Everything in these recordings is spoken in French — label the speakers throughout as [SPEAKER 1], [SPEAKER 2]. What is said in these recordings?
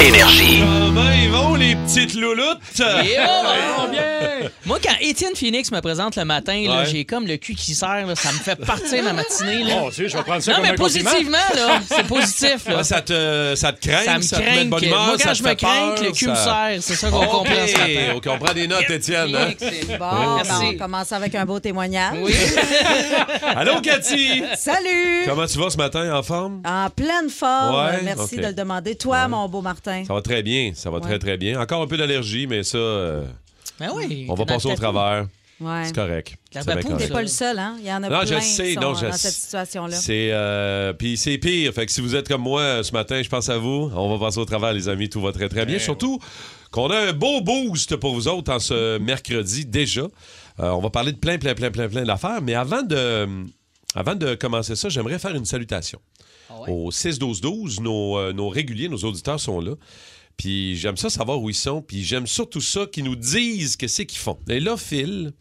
[SPEAKER 1] Énergie.
[SPEAKER 2] Ah ben, ils vont, les petites louloutes!
[SPEAKER 3] Et oh, bien! Moi, quand Étienne Phoenix me présente le matin, là,
[SPEAKER 2] Ouais.
[SPEAKER 3] j'ai comme le cul qui serre. là, ça me fait partir ma matinée. là.
[SPEAKER 4] Bon, tu je vais prendre ça
[SPEAKER 3] non,
[SPEAKER 4] comme
[SPEAKER 3] mais
[SPEAKER 4] un compliment.
[SPEAKER 3] positivement, là, c'est positif. Là.
[SPEAKER 2] Ouais, ça te, ça te craint,
[SPEAKER 3] ça
[SPEAKER 2] ça,
[SPEAKER 3] me
[SPEAKER 2] te met de
[SPEAKER 3] craint.
[SPEAKER 2] bonne humeur,
[SPEAKER 3] Moi, quand
[SPEAKER 2] ça te
[SPEAKER 3] je me
[SPEAKER 2] fait
[SPEAKER 3] craint,
[SPEAKER 2] peur,
[SPEAKER 3] le cul
[SPEAKER 2] ça- Oh,
[SPEAKER 3] me serre. C'est ça qu'on
[SPEAKER 2] Ok,
[SPEAKER 3] comprend ce matin.
[SPEAKER 2] ok, on prend des notes, Étienne. hein?
[SPEAKER 5] C'est bon.
[SPEAKER 3] Merci.
[SPEAKER 5] Ben, on commence avec un beau témoignage.
[SPEAKER 3] Oui.
[SPEAKER 2] Allô, Cathy!
[SPEAKER 5] Salut!
[SPEAKER 2] Comment tu vas ce matin, en forme?
[SPEAKER 5] En pleine forme.
[SPEAKER 2] Ouais,
[SPEAKER 5] Merci
[SPEAKER 2] ok.
[SPEAKER 5] de le demander. Toi, mon beau Martin.
[SPEAKER 2] Ça va très bien, ça va très très bien. Encore un peu d'allergie, mais ça, euh,
[SPEAKER 3] Ben oui.
[SPEAKER 2] on va
[SPEAKER 3] t'es dans
[SPEAKER 2] passer
[SPEAKER 3] le
[SPEAKER 2] au
[SPEAKER 3] tapis.
[SPEAKER 2] travers.
[SPEAKER 5] Ouais.
[SPEAKER 2] C'est correct.
[SPEAKER 3] La
[SPEAKER 2] C'est bien
[SPEAKER 3] papou,
[SPEAKER 2] correct.
[SPEAKER 5] T'es pas le seul, hein? Il y en a
[SPEAKER 2] Non, je
[SPEAKER 5] plein qui
[SPEAKER 2] sais,
[SPEAKER 5] sont
[SPEAKER 2] non,
[SPEAKER 5] euh,
[SPEAKER 2] je
[SPEAKER 5] dans
[SPEAKER 2] sais.
[SPEAKER 5] cette situation-là.
[SPEAKER 2] C'est euh, puis c'est pire. Fait que si vous êtes comme moi euh, ce matin, je pense à vous. On va passer au travers, les amis. Tout va très très bien. Surtout qu'on a un beau boost pour vous autres en ce mercredi déjà. Euh, on va parler de plein plein plein plein plein d'affaires. Mais avant de euh, avant de commencer ça, j'aimerais faire une salutation. Au 6-12-12, nos, euh, nos réguliers, nos auditeurs sont là. Puis j'aime ça savoir où ils sont. Puis j'aime surtout ça qu'ils nous disent que c'est qu'ils font. Et là, Phil,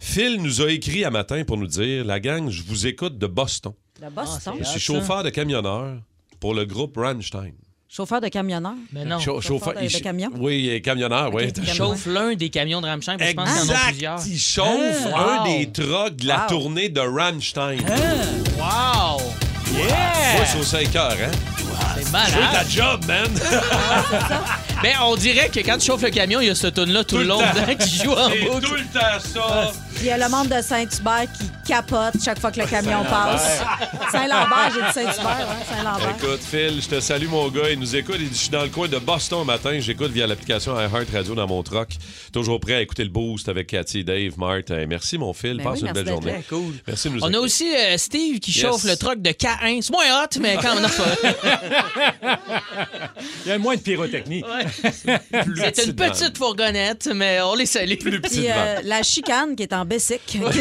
[SPEAKER 2] Phil nous a écrit à matin pour nous dire La gang, je vous écoute de Boston.
[SPEAKER 5] Le Boston.
[SPEAKER 2] Je suis
[SPEAKER 3] Ah, ça.
[SPEAKER 2] chauffeur de camionneur pour le groupe Rammstein.
[SPEAKER 5] Chauffeur de camionneur.
[SPEAKER 3] Mais non.
[SPEAKER 2] Chau-
[SPEAKER 5] chauffeur de-
[SPEAKER 2] il
[SPEAKER 5] de
[SPEAKER 2] ch-
[SPEAKER 5] camion?
[SPEAKER 2] Oui, il est camionneur, oui.
[SPEAKER 5] de camion.
[SPEAKER 3] Chauffe l'un des camions de Ramstein. Je pense qu'il y en a
[SPEAKER 2] Exact.
[SPEAKER 3] plusieurs.
[SPEAKER 2] Il chauffe
[SPEAKER 3] Ah,
[SPEAKER 2] un
[SPEAKER 3] wow. Hein?
[SPEAKER 2] des trucks de la
[SPEAKER 5] Wow.
[SPEAKER 2] tournée de Rammstein.
[SPEAKER 3] Wow!
[SPEAKER 2] Moi, sur 5 heures, hein?
[SPEAKER 3] C'est
[SPEAKER 2] Ah, C'est ta
[SPEAKER 3] malade.
[SPEAKER 2] job, man!
[SPEAKER 3] Ben, on dirait que quand tu chauffes le camion, il y a ce tune là tout, le long
[SPEAKER 2] temps.
[SPEAKER 3] dedans qui joue en
[SPEAKER 2] C'est
[SPEAKER 3] boucle.
[SPEAKER 2] tout le temps
[SPEAKER 3] Ah,
[SPEAKER 2] ça!
[SPEAKER 5] Puis Il y a le membre de Saint-Hubert qui capote chaque fois que le camion passe. Saint-Lambert, j'ai dit Saint-Hubert, hein, Saint-Lambert.
[SPEAKER 2] Écoute, Phil, je te salue, mon gars. Il nous écoute. Il dit Je suis dans le coin de Boston au matin. J'écoute via l'application iHeart Radio dans mon truck. Toujours prêt à écouter le boost avec Cathy, Dave, Martin. Merci, mon Phil.
[SPEAKER 5] Ben
[SPEAKER 2] Passe
[SPEAKER 5] oui,
[SPEAKER 2] une
[SPEAKER 5] merci
[SPEAKER 2] belle
[SPEAKER 5] d'être
[SPEAKER 2] journée.
[SPEAKER 5] là.
[SPEAKER 3] Cool.
[SPEAKER 2] Merci de nous
[SPEAKER 3] On a
[SPEAKER 2] écouter.
[SPEAKER 3] aussi euh, Steve qui
[SPEAKER 2] Yes.
[SPEAKER 3] chauffe le truck de K1. C'est moins hot, mais quand on a
[SPEAKER 4] Il y a moins de pyrotechnie.
[SPEAKER 3] C'est une petite fourgonnette, mais on les salue.
[SPEAKER 2] Plus petite
[SPEAKER 5] Puis euh, la chicane qui est en Bessic. qui nous dit-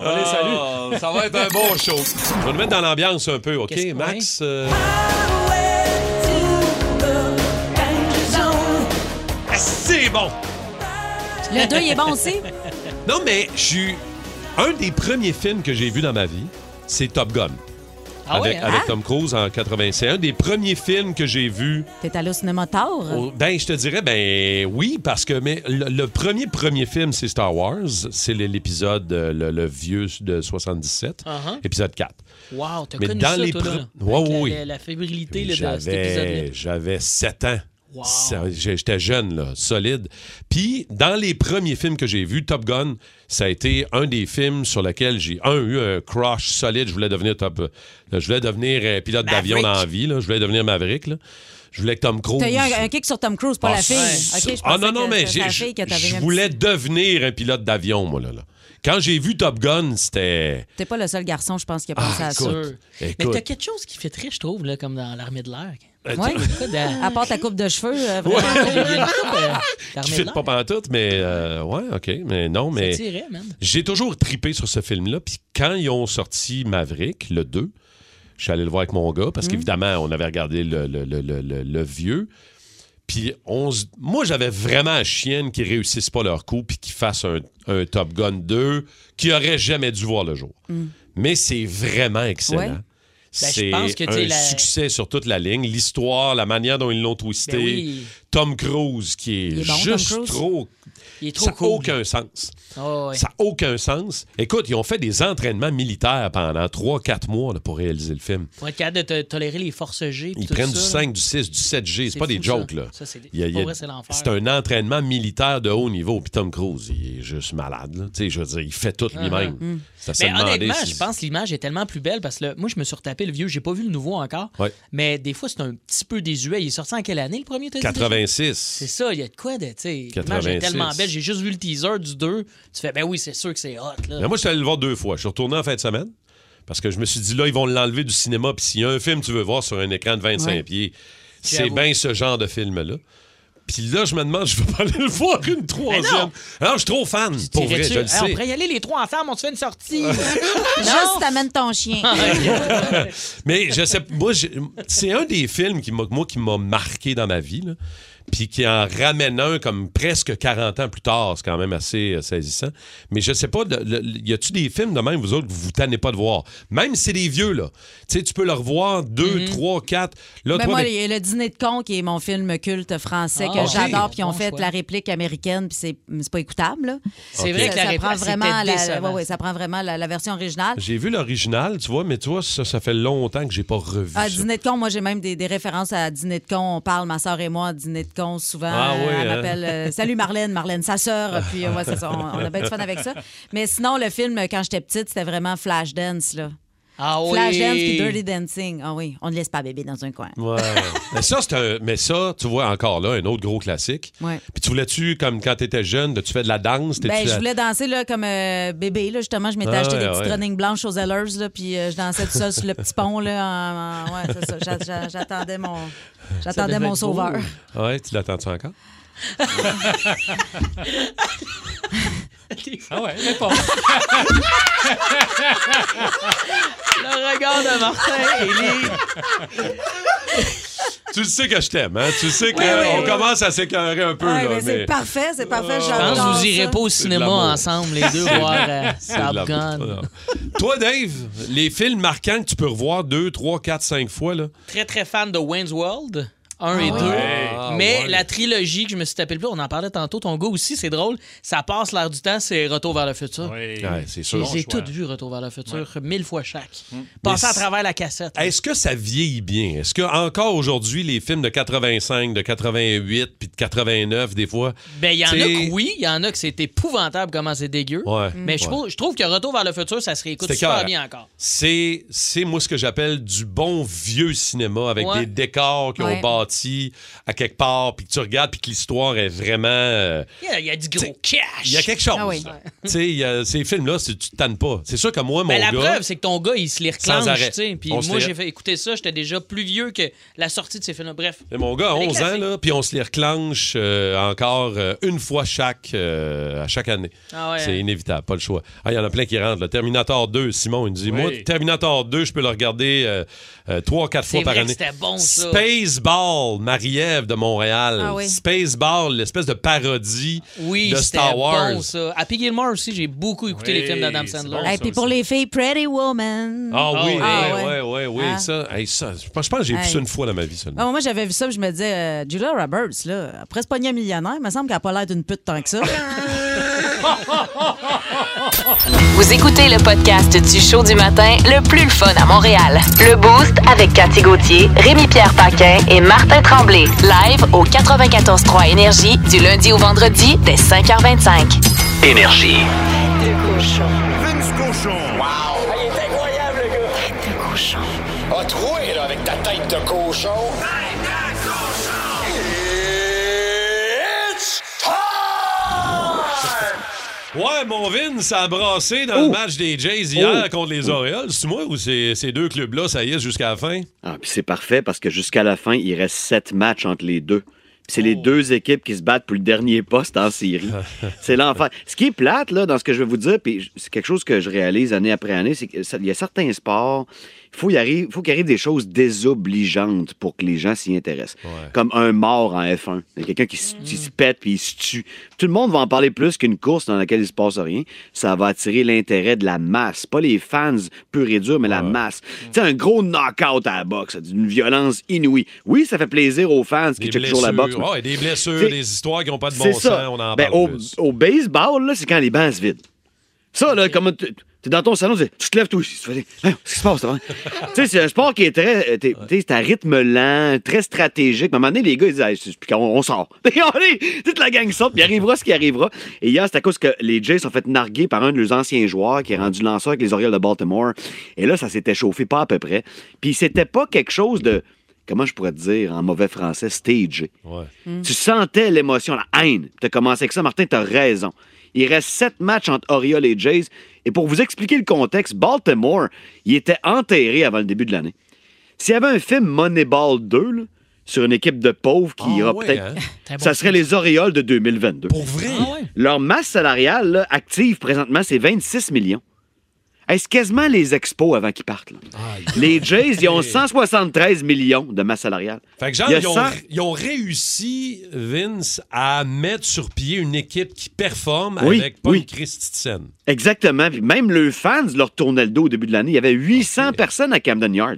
[SPEAKER 4] On les salue.
[SPEAKER 2] Oh, ça va être un bon show. Je vais nous mettre dans l'ambiance un peu, OK,
[SPEAKER 3] Qu'est-ce qu'on
[SPEAKER 2] Max? euh, Ah, C'est bon!
[SPEAKER 5] Le 2, il est bon aussi?
[SPEAKER 2] Non, mais je suis. Un des premiers films que j'ai vu dans ma vie, c'est Top Gun.
[SPEAKER 3] Ah
[SPEAKER 2] avec
[SPEAKER 3] ouais, hein?
[SPEAKER 2] avec Tom Cruise en 85. Un des premiers films que j'ai vu.
[SPEAKER 5] T'es allé au cinéma tard?
[SPEAKER 2] au- Ben, je te dirais, ben oui, parce que mais le, le premier premier film, c'est Star Wars. C'est l- l'épisode, euh, le, le vieux de 77,
[SPEAKER 3] Uh-huh.
[SPEAKER 2] épisode 4.
[SPEAKER 3] Wow, t'as
[SPEAKER 2] Mais
[SPEAKER 3] connu
[SPEAKER 2] dans
[SPEAKER 3] ça,
[SPEAKER 2] les
[SPEAKER 3] toi, là.
[SPEAKER 2] pre- Ouais,
[SPEAKER 3] Avec la-
[SPEAKER 2] oui.
[SPEAKER 3] La, la fébrilité là, de cet épisode-là.
[SPEAKER 2] J'avais, j'avais 7 ans.
[SPEAKER 3] Wow.
[SPEAKER 2] Ça- j'ai- J'étais jeune, là, solide. Puis, dans les premiers films que j'ai vus, Top Gun, ça a été un des films sur lequel j'ai, un, eu un crush solide. Je voulais devenir top. euh, Je voulais devenir euh, pilote d'avion dans la vie. là. Je voulais devenir Maverick. là. Je voulais que Tom Cruise.
[SPEAKER 5] T'as eu un, un kick sur Tom Cruise, pas la fille.
[SPEAKER 2] Ah,
[SPEAKER 5] Ok, je
[SPEAKER 2] oh, ah,
[SPEAKER 5] pensais
[SPEAKER 2] non, non,
[SPEAKER 5] que
[SPEAKER 2] mais
[SPEAKER 5] c'était
[SPEAKER 2] j'ai-
[SPEAKER 5] la fille que t'avais mis
[SPEAKER 2] je
[SPEAKER 5] un
[SPEAKER 2] voulais
[SPEAKER 5] petit-
[SPEAKER 2] devenir un pilote d'avion, moi, là. là. Quand j'ai vu Top Gun, c'était.
[SPEAKER 5] T'es pas le seul garçon, je pense, qui a pensé à Ah, ça.
[SPEAKER 2] Ah, écoute,
[SPEAKER 3] Mais t'as
[SPEAKER 2] écoute.
[SPEAKER 3] quelque chose qui fait très, je trouve, là, comme dans l'armée de l'air.
[SPEAKER 2] euh,
[SPEAKER 5] Ouais.
[SPEAKER 3] Quoi, dans-
[SPEAKER 5] À part ta coupe de cheveux, euh, vraiment.
[SPEAKER 3] Il y a une coupe, euh,
[SPEAKER 2] Je
[SPEAKER 3] l'armée de
[SPEAKER 2] fit pas
[SPEAKER 3] l'air.
[SPEAKER 2] pantoute, mais euh, ouais, OK. Mais non, mais.
[SPEAKER 3] Ça tirait, man.
[SPEAKER 2] J'ai toujours tripé sur ce film-là. Puis quand ils ont sorti Maverick, le 2, je suis allé le voir avec mon gars
[SPEAKER 3] Mhm.
[SPEAKER 2] parce qu'évidemment, on avait regardé le, le- le- le- le- le vieux. Puis on se- moi, j'avais vraiment la chienne qu'ils réussissent pas leur coup puis qu'ils fassent un, un Top Gun 2 qui aurait jamais dû voir le jour.
[SPEAKER 3] Mhm.
[SPEAKER 2] Mais c'est vraiment excellent.
[SPEAKER 5] Ouais.
[SPEAKER 2] C'est
[SPEAKER 3] Ben, pense que, tu sais,
[SPEAKER 2] un
[SPEAKER 3] la-
[SPEAKER 2] succès sur toute la ligne. L'histoire, la manière dont ils l'ont twisté.
[SPEAKER 3] Ben oui.
[SPEAKER 2] Tom Cruise, qui est,
[SPEAKER 5] Il est bon, Tom
[SPEAKER 2] juste
[SPEAKER 5] Cruise?
[SPEAKER 2] trop...
[SPEAKER 3] Il est trop
[SPEAKER 2] Ça n'a
[SPEAKER 3] cool.
[SPEAKER 2] aucun sens.
[SPEAKER 3] Ah ouais.
[SPEAKER 2] Ça n'a aucun sens. Écoute, ils ont fait des entraînements militaires pendant 3-4 mois là, pour réaliser le film.
[SPEAKER 3] Pour être capable de to- tolérer les forces G. puis
[SPEAKER 2] Ils
[SPEAKER 3] tout
[SPEAKER 2] prennent
[SPEAKER 3] ça,
[SPEAKER 2] du
[SPEAKER 3] là.
[SPEAKER 2] 5, du 6, du 7G. C'est
[SPEAKER 3] C'est
[SPEAKER 2] pas des
[SPEAKER 3] fou,
[SPEAKER 2] jokes,
[SPEAKER 3] ça.
[SPEAKER 2] là.
[SPEAKER 3] Ça, c'est des-
[SPEAKER 2] Il y a- il y a-
[SPEAKER 3] pour vrai, c'est l'enfer.
[SPEAKER 2] c'est un entraînement militaire de haut niveau. Puis Tom Cruise, il est juste malade, là. Tu sais, je veux dire, il fait tout lui-même. Ça s'est
[SPEAKER 3] Ah, Mais
[SPEAKER 2] demandé
[SPEAKER 3] honnêtement,
[SPEAKER 2] si-
[SPEAKER 3] je pense que l'image est tellement plus belle parce que là, moi, je me suis retapé le vieux. J'ai pas vu le nouveau encore.
[SPEAKER 2] Ouais.
[SPEAKER 3] Mais des fois, c'est un petit peu désuet. Il est sorti en quelle année, le premier? t'as dit, déjà? C'est
[SPEAKER 2] 86.
[SPEAKER 3] ça, il y a de quoi de. tu sais, L'image
[SPEAKER 2] 86.
[SPEAKER 3] est tellement belle. J'ai juste vu le teaser du 2. Tu fais, ben oui, c'est sûr que c'est hot. Là.
[SPEAKER 2] Mais moi, je suis allé le voir deux fois. Je suis retourné en fin de semaine. Parce que je me suis dit, là, ils vont l'enlever du cinéma. Puis s'il y a un film que tu veux voir sur un écran de 25
[SPEAKER 5] Ouais.
[SPEAKER 2] pieds, c'est
[SPEAKER 3] avoue.
[SPEAKER 2] bien ce genre de film-là. Puis là, je me demande, je vais pas aller le voir une troisième. Alors, je suis trop fan, pour vrai,
[SPEAKER 3] Dirais-tu,
[SPEAKER 2] je le
[SPEAKER 3] Hey,
[SPEAKER 2] sais.
[SPEAKER 3] Ah, on pourrait y aller les trois ensemble, on se fait une sortie.
[SPEAKER 5] Juste t'amènes ton chien.
[SPEAKER 2] Ah, Mais je sais, moi, je- c'est un des films qui m'a, moi, qui m'a marqué dans ma vie. là. puis qui en ramène un comme presque 40 ans plus tard. C'est quand même assez euh, saisissant. Mais je sais pas, de- le- le- y a-tu des films de même, vous autres, que vous vous tannez pas de voir? Même si c'est des vieux, là. Tu sais, tu peux le revoir deux, trois, quatre. Là,
[SPEAKER 5] Ben
[SPEAKER 2] toi,
[SPEAKER 5] Mm-hmm. moi,
[SPEAKER 2] mais-
[SPEAKER 5] le, le Dîner de con, qui est mon film culte français que
[SPEAKER 2] Ah, ok.
[SPEAKER 5] j'adore, puis ils ont
[SPEAKER 3] Bon
[SPEAKER 5] fait
[SPEAKER 3] choix.
[SPEAKER 5] la réplique américaine, puis c'est c'est pas écoutable. là.
[SPEAKER 3] C'est
[SPEAKER 2] Ok.
[SPEAKER 3] vrai
[SPEAKER 5] Ça-
[SPEAKER 3] que la
[SPEAKER 5] ça
[SPEAKER 3] réponse
[SPEAKER 5] prend vraiment
[SPEAKER 3] était
[SPEAKER 5] la,
[SPEAKER 3] décevante.
[SPEAKER 5] ouais, ouais, ça prend vraiment la, la version originale.
[SPEAKER 2] J'ai vu l'original, tu vois, mais tu vois, ça, ça fait longtemps que j'ai pas revu.
[SPEAKER 5] À
[SPEAKER 2] ça.
[SPEAKER 5] Ah, Dîner de con, moi, j'ai même des, des références à Dîner de con. On parle, ma sœur et moi, à Dîner de con, souvent.
[SPEAKER 2] Ah
[SPEAKER 5] Euh,
[SPEAKER 2] oui,
[SPEAKER 5] Elle
[SPEAKER 2] hein?
[SPEAKER 5] m'appelle euh, Salut Marlène, Marlène, sa sœur. Puis, euh, ouais, c'est ça, on, on a bien du fun avec ça. Mais sinon, le film, quand j'étais petite, c'était vraiment Flashdance, là.
[SPEAKER 3] Ah oui.
[SPEAKER 5] Flashdance puis Dirty Dancing. Ah oui, on ne laisse pas bébé dans un coin.
[SPEAKER 2] Ouais. mais, ça, c'est un- mais ça, tu vois, encore là, un autre gros classique.
[SPEAKER 5] Ouais.
[SPEAKER 2] Puis tu voulais-tu, comme quand t'étais jeune, de- tu fais de la danse? t'es-tu
[SPEAKER 5] Ben, je
[SPEAKER 2] la-
[SPEAKER 5] voulais danser là, comme euh, bébé. Là, justement, je m'étais
[SPEAKER 2] Ah
[SPEAKER 5] acheté
[SPEAKER 2] ouais,
[SPEAKER 5] des petites
[SPEAKER 2] ouais.
[SPEAKER 5] running blanches aux Zellers, là, puis euh, je dansais tout seul sur le petit pont. Là, en- en- ouais, c'est ça. J'a- j'a- J'attendais mon, j'attendais
[SPEAKER 3] Ça devait
[SPEAKER 5] mon
[SPEAKER 3] être
[SPEAKER 5] sauveur.
[SPEAKER 3] beau.
[SPEAKER 2] Ouais, tu l'attends-tu encore?
[SPEAKER 4] Ah ouais, mais pas.
[SPEAKER 3] Le regard de Martin Élie.
[SPEAKER 2] Tu le sais que je t'aime, hein? Tu sais qu'on
[SPEAKER 3] oui, oui.
[SPEAKER 2] commence à s'écœurer un peu,
[SPEAKER 5] Ouais,
[SPEAKER 2] là.
[SPEAKER 5] ben, C'est
[SPEAKER 2] mais-
[SPEAKER 5] parfait, c'est parfait.
[SPEAKER 3] Je pense
[SPEAKER 5] j'adore
[SPEAKER 3] que vous irez
[SPEAKER 5] ça.
[SPEAKER 3] pas au cinéma
[SPEAKER 2] l'amour.
[SPEAKER 3] ensemble, les deux, voir euh,
[SPEAKER 2] C'est de Ah. la-
[SPEAKER 3] Top Gun.
[SPEAKER 2] Toi, Dave, les films marquants que tu peux revoir deux, trois, quatre, cinq fois, là.
[SPEAKER 3] Très, très fan de Wayne's World.
[SPEAKER 5] Ah
[SPEAKER 3] 1 et 2.
[SPEAKER 2] Ah,
[SPEAKER 3] Mais la trilogie que je me suis tapé le plus, on en parlait tantôt, ton gars aussi, c'est drôle, ça passe l'air du temps, c'est Retour vers le futur.
[SPEAKER 4] Oui.
[SPEAKER 2] Ouais, c'est
[SPEAKER 3] J'ai
[SPEAKER 2] sûr.
[SPEAKER 3] j'ai
[SPEAKER 4] choix.
[SPEAKER 3] tout vu Retour vers le futur, mille fois chaque. Passer
[SPEAKER 2] Hmm. Mais
[SPEAKER 3] à
[SPEAKER 2] c'est-
[SPEAKER 3] travers la cassette.
[SPEAKER 2] Est-ce que ça vieillit bien? Est-ce que encore aujourd'hui, les films de 85, de 88, puis de 89, des fois.
[SPEAKER 3] Ben, il y en a
[SPEAKER 2] t'sais-
[SPEAKER 3] que oui, il y en a que c'est épouvantable comment c'est dégueu.
[SPEAKER 2] Ouais.
[SPEAKER 3] Mais je,
[SPEAKER 2] Ouais.
[SPEAKER 3] trouve, je trouve que Retour vers le futur, ça se réécoute
[SPEAKER 2] C'était
[SPEAKER 3] super
[SPEAKER 2] carré.
[SPEAKER 3] bien encore.
[SPEAKER 2] C'est, c'est moi ce que j'appelle du bon vieux cinéma avec
[SPEAKER 3] Ouais.
[SPEAKER 2] des décors qui
[SPEAKER 5] Ouais.
[SPEAKER 2] ont bâti à quelque part, puis que tu regardes, puis que l'histoire est vraiment. euh,
[SPEAKER 3] Il y a, il y a du gros
[SPEAKER 2] Il
[SPEAKER 3] cash.
[SPEAKER 2] y a quelque chose.
[SPEAKER 5] Ah oui.
[SPEAKER 2] là. Tu sais, il y a- ces films-là, c'est- tu te tannes pas. C'est sûr que moi, mon
[SPEAKER 3] Ben, la
[SPEAKER 2] gars.
[SPEAKER 3] preuve, c'est que ton gars, il se les
[SPEAKER 2] Sans
[SPEAKER 3] reclenche.
[SPEAKER 2] arrêt.
[SPEAKER 3] tu sais. Puis
[SPEAKER 2] On se
[SPEAKER 3] moi,
[SPEAKER 2] les-
[SPEAKER 3] j'ai fait écouter ça, j'étais déjà plus vieux que la sortie de ces films. Bref.
[SPEAKER 2] Et mon gars a
[SPEAKER 3] Les
[SPEAKER 2] 11 ans,
[SPEAKER 3] classiques.
[SPEAKER 2] là, puis on se les reclenche euh, encore euh, une fois chaque, euh, à chaque année.
[SPEAKER 3] Ah ouais.
[SPEAKER 2] C'est inévitable, pas le choix. Ah, Il y en a plein qui rentrent. Le Terminator 2, Simon, il me dit
[SPEAKER 4] Oui.
[SPEAKER 2] Moi, Terminator 2, je peux le regarder euh, 3-4 fois
[SPEAKER 3] C'est
[SPEAKER 2] par
[SPEAKER 3] vrai que
[SPEAKER 2] année.
[SPEAKER 3] c'était bon, ça.
[SPEAKER 2] Spaceball, Marie-Ève de Montréal.
[SPEAKER 5] Ah oui.
[SPEAKER 2] Spaceball, l'espèce de parodie
[SPEAKER 3] Oui,
[SPEAKER 2] de
[SPEAKER 3] c'était
[SPEAKER 2] Star Wars.
[SPEAKER 3] bon, ça. Happy Gilmore aussi, j'ai beaucoup écouté
[SPEAKER 4] Oui,
[SPEAKER 3] les films d'Adam
[SPEAKER 4] c'est
[SPEAKER 3] Sandler.
[SPEAKER 4] bon.
[SPEAKER 5] Hey, puis pour les filles, Pretty Woman.
[SPEAKER 2] Ah oui, oui,
[SPEAKER 5] Ah
[SPEAKER 2] oui,
[SPEAKER 5] ouais.
[SPEAKER 2] oui, oui.
[SPEAKER 5] Ah.
[SPEAKER 2] Ça, hey, ça, je pense je pense que j'ai vu
[SPEAKER 5] Hey.
[SPEAKER 2] ça une fois dans ma vie seulement.
[SPEAKER 5] Ah, moi, j'avais vu ça, puis je me disais, euh, Julia Roberts, là, après se pogner millionnaire, il me semble qu'elle a pas l'air d'une pute tant que ça.
[SPEAKER 6] Vous écoutez le podcast du show du matin le plus le fun à Montréal. Le Boost avec Cathy Gauthier, Rémi-Pierre Paquin et Martin Tremblay. Live au 94.3 Énergie du lundi au vendredi dès 5h25.
[SPEAKER 1] Énergie.
[SPEAKER 7] Vince Cochon. Wow!
[SPEAKER 8] Il est incroyable, le gars! Tête de cochon.
[SPEAKER 7] A troué, Ah, là, avec ta tête de cochon. Tête de cochon! It's time!
[SPEAKER 2] Ouais, mon Vin, ça a brassé dans le match des Jays hier contre les Orioles. C'est moi ou c'est- ces deux clubs-là, ça y est, jusqu'à la fin?
[SPEAKER 9] Ah, puis c'est parfait parce que jusqu'à la fin, il reste sept matchs entre les deux. Puis c'est les deux équipes qui se battent pour le dernier poste en série. c'est l'enfer. Ce qui est plate, là, dans ce que je vais vous dire, puis c'est quelque chose que je réalise année après année, c'est qu'il y a certains sports, il faut y arrive- faut qu'il arrive des choses désobligeantes pour que les gens s'y intéressent. Comme un mort en F1. Il y a quelqu'un qui, se- qui se pète puis il se tue. Tout le monde va en parler plus qu'une course dans laquelle il se passe rien. Ça va attirer l'intérêt de la masse. Pas les fans pur et dur, mais la masse. Tu sais, un gros knockout à la boxe, d'une violence inouïe. Oui, ça fait plaisir aux fans qui checkent toujours la boxe. mais-
[SPEAKER 2] Ouais, des blessures, Ah,
[SPEAKER 9] C'est-
[SPEAKER 2] des histoires qui n'ont pas de bon
[SPEAKER 9] c'est
[SPEAKER 2] sens,
[SPEAKER 9] ça.
[SPEAKER 2] on en
[SPEAKER 9] Ben,
[SPEAKER 2] parle
[SPEAKER 9] au,
[SPEAKER 2] plus.
[SPEAKER 9] au baseball, là, c'est quand les bancs se vident. Ça, là, comme tu es dans ton salon, tu dis, tu te lèves toi aussi. Tu fais, Hein, qu'est-ce qui se passe? là? tu sais, c'est un sport qui est très. euh, t'es- t'sais, c'est à rythme lent, très stratégique. À un moment donné, les gars, ils disent, Hey, c'est- puis on, on sort. Et on est- toute la gang sort, puis arrivera ce qui arrivera. Et hier, c'est à cause que les Jays se sont fait narguer par un de leurs anciens joueurs qui est rendu lanceur avec les Orioles de Baltimore. Et là, ça s'était chauffé pas à peu près. Puis c'était pas quelque chose de. Comment je pourrais te dire en mauvais français, stagé.
[SPEAKER 2] Ouais.
[SPEAKER 9] Tu sentais l'émotion, la haine. Tu as commencé avec ça, Martin, tu as raison. Il reste sept matchs entre Orioles et Jays. Et pour vous expliquer le contexte, Baltimore, il était enterré avant le début de l'année. S'il y avait un film Moneyball 2 là, sur une équipe de pauvres qui
[SPEAKER 2] Ah
[SPEAKER 9] ira
[SPEAKER 2] ouais,
[SPEAKER 9] peut-être.
[SPEAKER 2] hein?
[SPEAKER 3] T'as bon
[SPEAKER 9] Ça serait les Orioles de 2022.
[SPEAKER 2] Pour vrai?
[SPEAKER 3] Ah ouais.
[SPEAKER 9] Leur masse salariale là, active présentement, c'est 26 millions. Hey, c'est quasiment les expos avant qu'ils partent. là. les Jays, ils ont 173 millions de masse salariale.
[SPEAKER 2] Fait que genre,
[SPEAKER 9] Il y a
[SPEAKER 2] ils, ont,
[SPEAKER 9] 100
[SPEAKER 2] ils ont réussi, Vince, à mettre sur pied une équipe qui performe
[SPEAKER 9] Oui,
[SPEAKER 2] avec Paul
[SPEAKER 9] oui.
[SPEAKER 2] Christensen.
[SPEAKER 9] Exactement. Puis même le fans leur tournaient le dos au début de l'année. Il y avait
[SPEAKER 3] Ah,
[SPEAKER 9] 800 personnes à Camden Yards.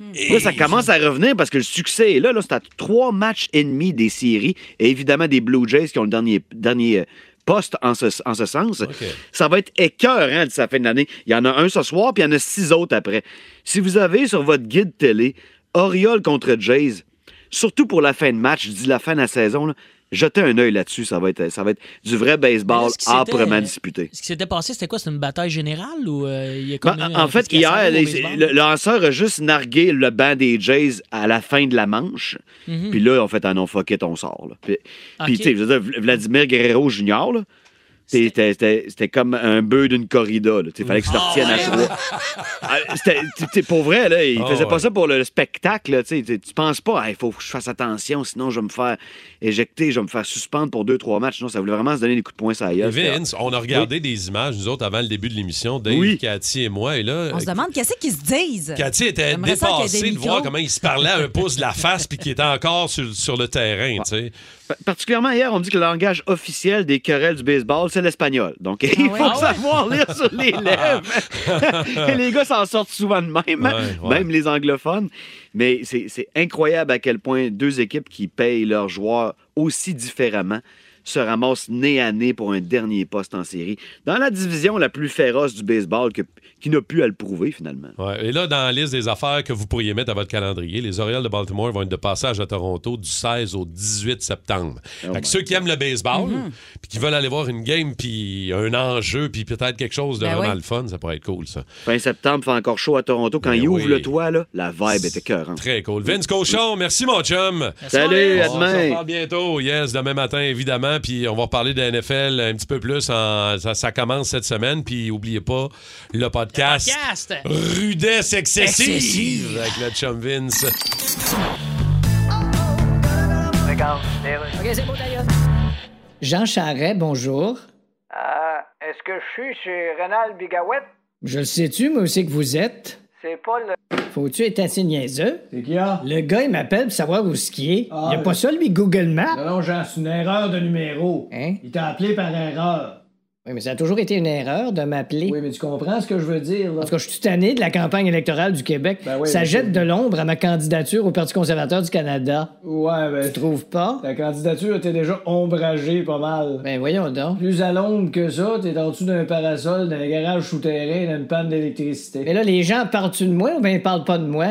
[SPEAKER 3] Hmm.
[SPEAKER 9] Là, ça commence à revenir parce que le succès est là. là c'est à trois matchs et demi des séries. Et évidemment, des Blue Jays qui ont le dernier, dernier euh, poste en ce, en ce sens. Ça va être écœurant d'ici la fin de l'année. Il y en a un ce soir, puis il y en a six autres après. Si vous avez sur votre guide télé Oriole contre Jays, surtout pour la fin de match, je dis la fin de la saison, là, jetez un œil là-dessus. Ça, va être- ça va être du vrai
[SPEAKER 3] Mais
[SPEAKER 9] baseball
[SPEAKER 3] là, ce qui s'était-
[SPEAKER 9] âprement disputé.
[SPEAKER 3] Ce qui s'était passé, c'était quoi? C'était une bataille générale ou euh, il y a
[SPEAKER 9] Ben,
[SPEAKER 3] comme eu,
[SPEAKER 9] en
[SPEAKER 3] euh,
[SPEAKER 9] fait,
[SPEAKER 3] une
[SPEAKER 9] hier, les-
[SPEAKER 3] confiscation au
[SPEAKER 9] le
[SPEAKER 3] baseball?
[SPEAKER 9] le lanceur a juste nargué le banc des Jays à la fin de la manche.
[SPEAKER 3] Mhm.
[SPEAKER 9] Puis là, en fait, ah non, fuck it, on sort. là. Puis, puis,
[SPEAKER 3] Ok.
[SPEAKER 9] tu sais, je veux dire, Vladimir Guerrero Junior, là, c'était- c'était c'était comme un bœuf d'une corrida. Il fallait que je le
[SPEAKER 3] Ah,
[SPEAKER 9] retienne à
[SPEAKER 3] ouais.
[SPEAKER 9] trois. Ah, c'était- tu sais, pour vrai, là, il
[SPEAKER 2] Ah,
[SPEAKER 9] faisait
[SPEAKER 2] ouais.
[SPEAKER 9] pas ça pour le spectacle. là, tu sais, tu tu penses pas, il faut que je fasse attention, sinon je vais me faire éjecter, je vais me faire suspendre pour deux, trois matchs. Non, ça voulait vraiment se donner des coups de poing sur la gueule. C'était-
[SPEAKER 2] Vince, on a regardé des images, nous autres, avant le début de l'émission, Dave,
[SPEAKER 9] Oui.
[SPEAKER 2] Cathy et moi, et là...
[SPEAKER 5] On se demande qu'est-ce qu'ils se disent.
[SPEAKER 2] Cathy était
[SPEAKER 5] J'aimerais ça qu'il y ait des
[SPEAKER 2] dépassée de voir
[SPEAKER 5] micros.
[SPEAKER 2] comment il se parlait à un pouce de la face puis qu'il était encore sur, sur le terrain, tu sais.
[SPEAKER 9] Pa- Particulièrement hier, on me dit que le langage officiel des querelles du baseball, c'est l'espagnol. Donc, il faut
[SPEAKER 5] ouais? Ah ouais?
[SPEAKER 9] savoir lire sur les lèvres. Et les gars s'en sortent souvent de même,
[SPEAKER 2] Ouais, ouais.
[SPEAKER 9] même les anglophones. Mais c'est c'est incroyable à quel point deux équipes qui payent leurs joueurs aussi différemment se ramassent nez à nez pour un dernier poste en série. Dans la division la plus féroce du baseball, que- qui n'a pu à le prouver finalement.
[SPEAKER 2] Ouais. Et là, dans la liste des affaires que vous pourriez mettre à votre calendrier, les Orioles de Baltimore vont être de passage à Toronto du 16 au 18 septembre.
[SPEAKER 9] Oh
[SPEAKER 2] Fait
[SPEAKER 9] my
[SPEAKER 2] que ceux qui aiment le baseball, puis qui veulent aller voir une game, puis un enjeu, puis peut-être quelque chose de
[SPEAKER 5] Ben
[SPEAKER 2] vraiment
[SPEAKER 5] oui.
[SPEAKER 2] le fun, ça pourrait être cool, ça.
[SPEAKER 9] Fin septembre, fait encore chaud à Toronto. Quand
[SPEAKER 2] Ben
[SPEAKER 9] ils ouvrent
[SPEAKER 2] oui.
[SPEAKER 9] le toit, là, la vibe était écœurante.
[SPEAKER 2] Très cool. Vince Cochon, merci mon chum.
[SPEAKER 9] Salut, à
[SPEAKER 2] On se
[SPEAKER 9] demain.
[SPEAKER 2] reparle bientôt, yes, demain matin évidemment, puis on va reparler de la NFL un petit peu plus. en- ça, ça commence cette semaine, puis oubliez pas le podcast,
[SPEAKER 3] Podcast!
[SPEAKER 2] Rudesse excessive,
[SPEAKER 3] Excessive.
[SPEAKER 2] avec le chum Vince.
[SPEAKER 1] Jean Charret, bonjour.
[SPEAKER 10] Est-ce que je suis chez Rénal Bigawet?
[SPEAKER 1] Je le sais-tu, moi aussi, que vous êtes?
[SPEAKER 10] C'est pas le.
[SPEAKER 1] Faut-tu être assez niaiseux? C'est qui, Le gars, il m'appelle pour savoir où ce qui est. il a pas ça, lui, Google Maps? Ah, Non, non, Jean, c'est une erreur de numéro. Hein? Il t'a appelé par erreur. Oui, mais ça a toujours été une erreur de m'appeler. Oui, mais tu comprends ce que je veux dire, là? Ben Parce que je suis tanné de la campagne électorale du Québec. ça jette de l'ombre à ma candidature au Parti conservateur du Canada. Ouais, ben... Tu trouves pas? Ta candidature était déjà ombragée pas mal. Ben voyons donc. Plus à l'ombre que ça, t'es en dessous d'un parasol, d'un garage souterrain, d'une panne d'électricité. Mais là, les gens parlent-tu de moi ou bien ils parlent pas de moi?